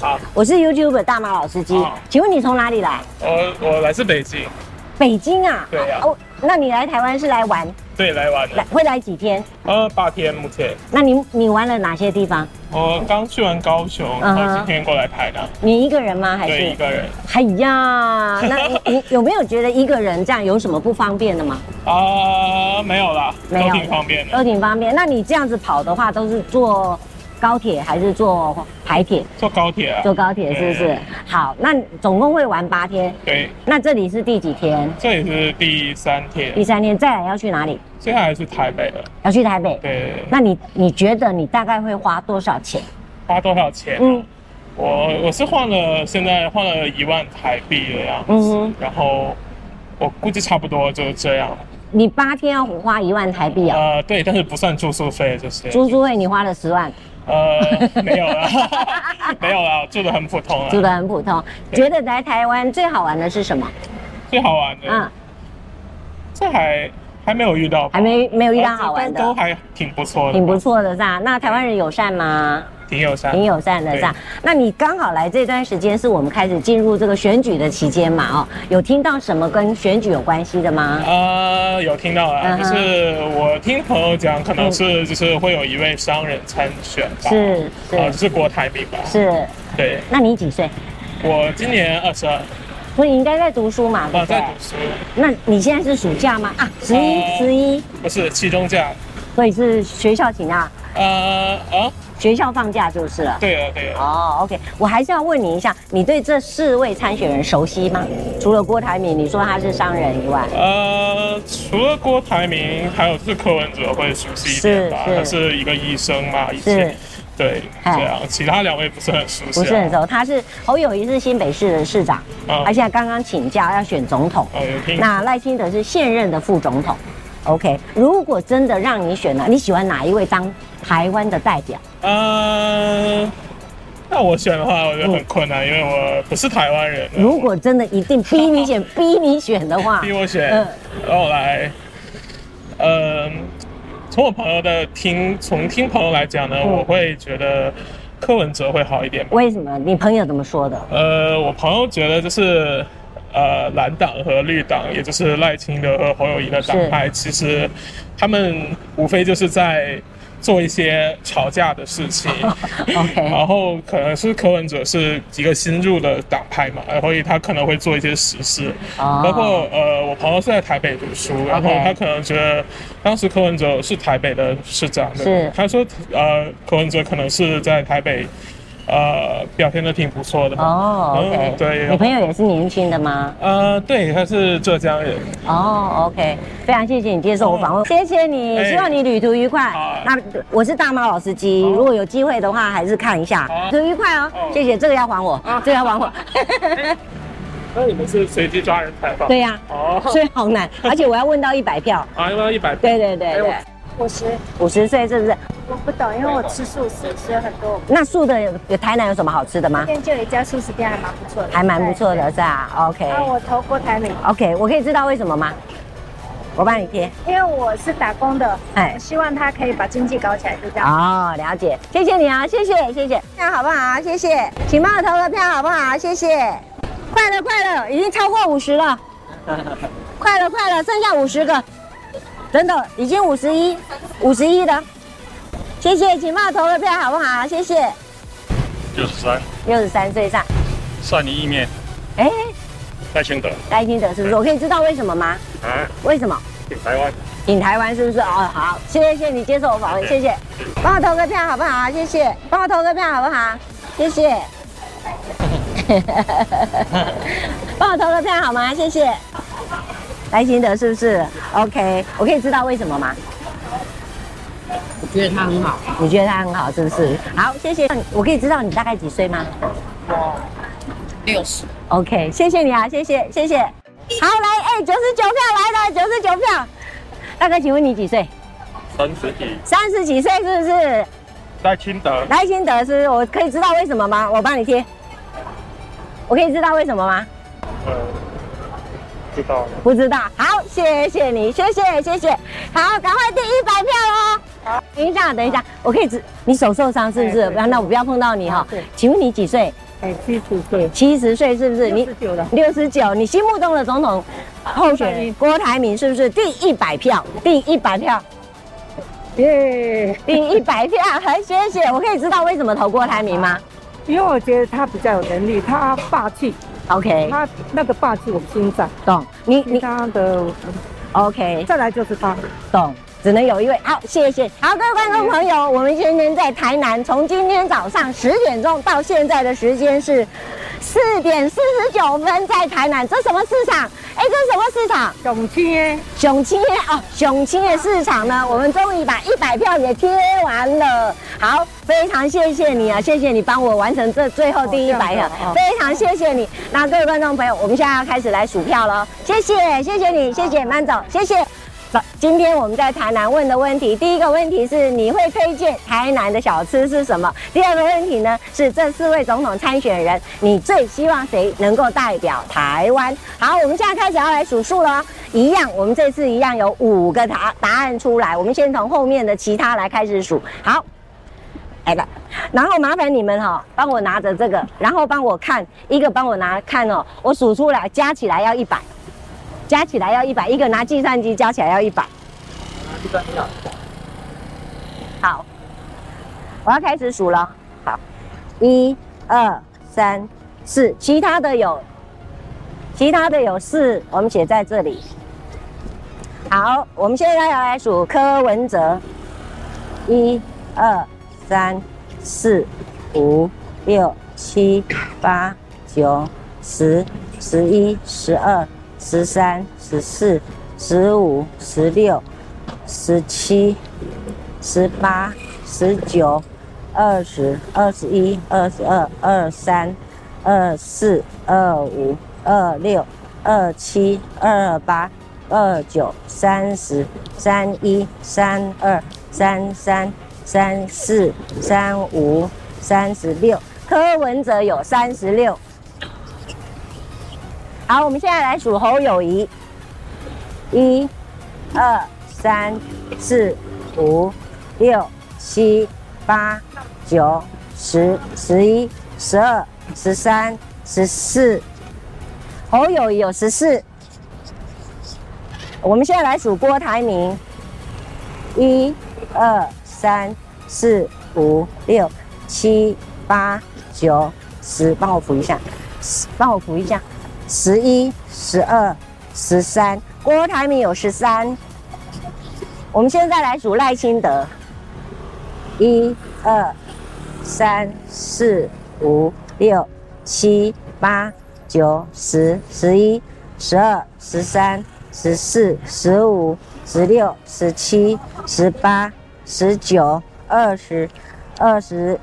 Speaker 10: 好，
Speaker 2: 我是 YouTube 大马老司机
Speaker 10: 哦，
Speaker 2: 请问你从哪里来？
Speaker 10: 我呃我来自北京，
Speaker 2: 北京啊？
Speaker 10: 对呀
Speaker 2: 哦，那你来台湾是来玩，
Speaker 10: 对，来玩
Speaker 2: 来
Speaker 10: 的，
Speaker 2: 会来几天？
Speaker 10: 呃，八天目前，
Speaker 2: 那你你玩了哪些地方？
Speaker 10: 我刚去完高雄，然
Speaker 2: 嗯哼
Speaker 10: 后今天过来台南，
Speaker 2: 你一个人吗？还是
Speaker 10: 对，一个人。
Speaker 2: 哎呀，那你 你有没有觉得一个人这样有什么不方便的吗？
Speaker 10: 啊，没有啦，
Speaker 2: 没有哦
Speaker 10: 都挺方便的，
Speaker 2: 都挺方便。那你这样子跑的话，都是坐高铁还是坐台铁？
Speaker 10: 坐高铁啊，
Speaker 2: 坐高铁是不是
Speaker 10: 对？
Speaker 2: 好，那总共会玩八天。
Speaker 10: 对，
Speaker 2: 那这里是第几天？
Speaker 10: 这也是第三天，
Speaker 2: 第三天，再来要去哪里？
Speaker 10: 接下来是台北了，
Speaker 2: 要去台北。
Speaker 10: 对，
Speaker 2: 那你你觉得你大概会花多少钱？
Speaker 10: 花多少钱？啊
Speaker 2: 嗯，
Speaker 10: 我我是换了，现在换了一万台币的样子，
Speaker 2: 嗯哼
Speaker 10: 然后我估计差不多就是这样。
Speaker 2: 你八天要花一万台币啊？
Speaker 10: 呃，对，但是不算住宿费这些。
Speaker 2: 租租费你花了十万，
Speaker 10: 呃，没有啦， 没有啦，住的很普通啊。
Speaker 2: 住的很普通。觉得来台湾最好玩的是什么？
Speaker 10: 最好玩的，
Speaker 2: 嗯，
Speaker 10: 这还还没有遇到吧，
Speaker 2: 还没没有遇到
Speaker 10: 啊
Speaker 2: 好玩的
Speaker 10: 但都还挺不错的，
Speaker 2: 挺不，错的是吧？那台湾人友善吗？
Speaker 10: 挺友善，
Speaker 2: 挺友善的是吧？那你刚好来这段时间是我们开始进入这个选举的期间嘛？哦，有听到什么跟选举有关系的吗
Speaker 10: 对。？呃，有听到啊，
Speaker 2: 嗯哼嗯
Speaker 10: 就是我听朋友讲，可能是就是会有一位商人参选吧，
Speaker 2: 是是
Speaker 10: 呃，是郭台铭吧，
Speaker 2: 是。
Speaker 10: 对，
Speaker 2: 那你几岁？
Speaker 10: 我今年二十二，
Speaker 2: 所以你应该在读书嘛，对
Speaker 10: 我
Speaker 2: 不对
Speaker 10: 哦在？读书，
Speaker 2: 那你现在是暑假吗？啊，十一
Speaker 10: 呃
Speaker 2: 十一，
Speaker 10: 不是期中假，
Speaker 2: 所以是学校请假。
Speaker 10: 呃啊，
Speaker 2: 学校放假就是了。
Speaker 10: 哦对啊，对啊。
Speaker 2: 哦，OK，我还是要问你一下，你对这四位参选人熟悉吗？除了郭台铭，你说他是商人以外，
Speaker 10: 呃，除了郭台铭，还有就是柯文哲会熟悉一点吧，
Speaker 2: 是是
Speaker 10: 他是一个医生嘛，以
Speaker 2: 是
Speaker 10: 前对
Speaker 2: 哎
Speaker 10: 这样，其他两位不是很熟悉、啊，
Speaker 2: 不是很熟。他是侯友谊是新北市的市长，
Speaker 10: 哦
Speaker 2: 而且刚刚请假要选总统。
Speaker 10: 哦，有听
Speaker 2: 那赖清德是现任的副总统。OK，如果真的让你选了，你喜欢哪一位当台湾的代表？
Speaker 10: 呃，那我选的话，我觉得很困难，因为我不是台湾人。
Speaker 2: 如果真的一定逼你选， 逼你选的话， 呃
Speaker 10: 逼我选，
Speaker 2: 嗯
Speaker 10: 然后来，呃，从我朋友的听，从听朋友来讲呢，
Speaker 2: 嗯
Speaker 10: 我会觉得柯文哲会好一点吧。
Speaker 2: 为什么？你朋友怎么说的？
Speaker 10: 呃，我朋友觉得就是，呃，蓝党和绿党，也就是赖清德和侯友谊的党派，其实他们无非就是在做一些吵架的事情。
Speaker 2: OK，
Speaker 10: 然后可能是柯文哲是一个新入的党派嘛，然后他可能会做一些实事，
Speaker 2: 哦
Speaker 10: 包括呃，我朋友是在台北读书，然后
Speaker 2: OK
Speaker 10: 他可能觉得当时柯文哲是台北的市长，对吧
Speaker 2: 是
Speaker 10: 他说呃，柯文哲可能是在台北。呃，表现的挺不错的嘛
Speaker 2: 哦
Speaker 10: 嗯
Speaker 2: ，OK，
Speaker 10: 对，
Speaker 2: 你朋友也是年轻的吗？
Speaker 10: 呃，对，他是浙江人，
Speaker 2: 哦，OK，非常谢谢你接受我访问，谢谢你，
Speaker 10: 哎
Speaker 2: 希望你旅途愉快。那我是大猫老司机，如果有机会的话，还是看一下，旅途愉快哦。谢谢，这个要还我，这个要还我。
Speaker 10: 那你们是随机抓人采访？
Speaker 2: 对呀，
Speaker 10: 哦，
Speaker 2: 所以好 难，而且我要问到一百票。
Speaker 10: 啊，要不要一百？
Speaker 2: 对对对对，
Speaker 3: 我是
Speaker 2: 五十岁是不是？
Speaker 3: 我不懂，因为我吃素食，所以很多我不
Speaker 2: 那素的有有台南有什么好吃的吗
Speaker 3: 那？边就有一家素食店，还蛮不错的，
Speaker 2: 还蛮不错的，是吧？OK
Speaker 3: 对。啊，我投郭台铭，
Speaker 2: OK，我可以知道为什么吗？我帮你贴。
Speaker 3: 因为我是打工的，
Speaker 2: 哎
Speaker 3: 哎，希望他可以把经济搞起来，就这样。
Speaker 2: 哦，了解，谢谢你啊，谢谢谢谢，这样好不好？谢谢，请帮我投个票好不好？谢谢，快了快了，已经超过五十了，快了快了，剩下五十个，等等，已经五十一，五十一了，谢谢，请帮我投个票好不好？谢谢，
Speaker 8: 六十三，
Speaker 2: 六十三岁以上，
Speaker 8: 蒜泥意面，
Speaker 2: 哎，
Speaker 8: 赖清德，
Speaker 2: 赖清德是不是？我可以知道为什么吗？
Speaker 8: 啊，
Speaker 2: 为什么？
Speaker 8: 挺台湾。
Speaker 2: 引台湾是不是？哦，好，谢谢你接受我访问，谢谢，帮我投个票好不好？谢谢，帮我投个票好不好？谢谢。 帮我投个票好吗？谢谢。来行德是不是？OK，我可以知道为什么吗？我觉得他很好。你觉得他很好是不是？好，谢谢。我可以知道你大概几岁吗？
Speaker 17: 六十。
Speaker 2: OK，谢谢你啊，谢谢谢谢。好，来，哎、9九十九票来了，九十九票。大哥，请问你几岁？
Speaker 8: 三十几，
Speaker 2: 三十几岁是不是？
Speaker 8: 赖清
Speaker 18: 呃
Speaker 8: 德，
Speaker 2: 来先得是，我可以知道为什么吗？我帮你贴。我可以知道为什么吗？
Speaker 8: 呃，知道了。
Speaker 2: 不知道。好，谢谢你，谢谢谢谢。好，赶快订一百票喽。好，等一下，等一下，我可以知你手受伤是不是？不要，那我不要碰到你哈。请问你几岁？哎，七十岁。七十岁是不是？你
Speaker 9: 69了
Speaker 2: 六十九，你心目中的总统候选人郭台铭是不是？第一百票，第一百票。耶！第一百票，很谢谢。我可以知道为什么投郭台铭吗？
Speaker 9: 因为我觉得他比较有能力，他霸气。
Speaker 2: OK
Speaker 9: 他那个霸气我欣赏。
Speaker 2: 懂？你
Speaker 9: 你他的
Speaker 2: OK，
Speaker 9: 再来就是他。
Speaker 2: 懂，只能有一位。好，谢谢。好，各位观众朋
Speaker 9: 嗯
Speaker 2: 友，我们今天在台南，从今天早上十点钟到现在的时间是四点四十九分，在台南，这什么市场？哎，这什么市场？
Speaker 9: 永清耶，
Speaker 2: 永清耶哦，永清耶市场呢，我们终于把一百票也贴完了。好，非常谢谢你啊，谢谢你帮我完成这最后第一百票
Speaker 9: 哦这样子哦，
Speaker 2: 非常谢谢你。那各位观众朋友，我们现在要开始来数票喽，谢谢，谢谢你，谢谢曼总，谢谢。那今天我们在台南问的问题，第一个问题是你会推荐台南的小吃是什么？第二个问题呢是这四位总统参选人，你最希望谁能够代表台湾？好，我们现在开始要来数数了，一样，我们这次一样有五个答答案出来，我们先从后面的其他来开始数。好，来了，哎然后麻烦你们哈、帮我拿着这个，然后帮我看一个，帮我拿看哦，我数出来加起来要一百，加起来要一百，一个拿计算机加起来要一百。好，我要开始数了。好，一、二、三、四，其他的有，其他的有四，我们写在这里。好，我们现在要来数柯文哲，一、二、三、四、五、六、七、八、九、十、十一、十二、十三、十四、十五、十六、十七、十八、十九、二十、二十一、二十二、二三、二四、二五、二六、二七、二八、二九、三十、三一、三二、三三、三四、三五、三十六。柯文哲有三十六。好，我们现在来数侯友谊，一、二、三、四、五、六、七、八、九、十、十一、十二、十三、十四。侯友谊有十四。我们现在来数郭台铭，一、二、三、四、五、六、七、八、九、十，帮我扶一下，十帮我扶一下，十一、十二、十三，郭台铭有十三。我们现在来数赖清德，一、二、三、四、五、六、七、八、九、十、十一、十二、十三、十四、十五、十六、十七、十八、十九、二十、二十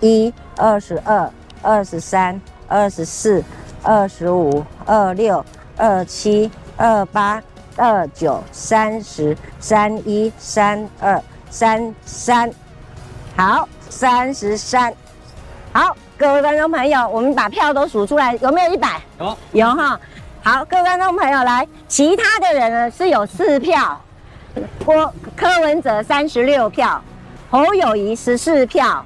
Speaker 2: 一、二十二、二十三、二十四、二十五、二六、二七、二八、二九、三十、三一、三二、三三。好，三十三。好，各位观众朋友，我们把票都数出来，有没有一百？
Speaker 1: 有
Speaker 2: 有哈。好，各位观众朋友，来，其他的人呢是有四票，郭柯文哲三十六票，侯友谊十四票，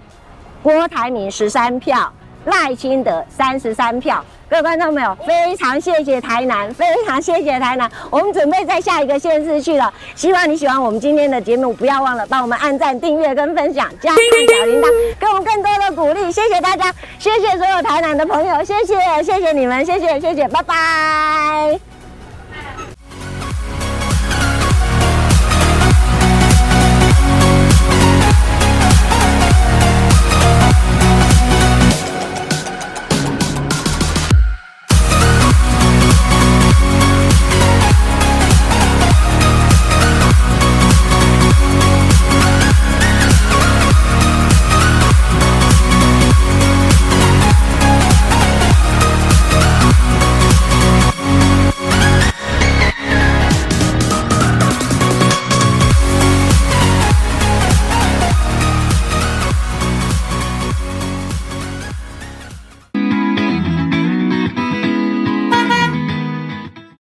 Speaker 2: 郭台铭十三票，赖清德三十三票。各位观众朋友，非常谢谢台南，非常谢谢台南。我们准备在下一个县市去了，希望你喜欢我们今天的节目，不要忘了帮我们按赞、订阅跟分享，加上小铃铛，给我们更多的鼓励。谢谢大家，谢谢所有台南的朋友，谢谢谢谢你们，谢谢谢谢，拜拜。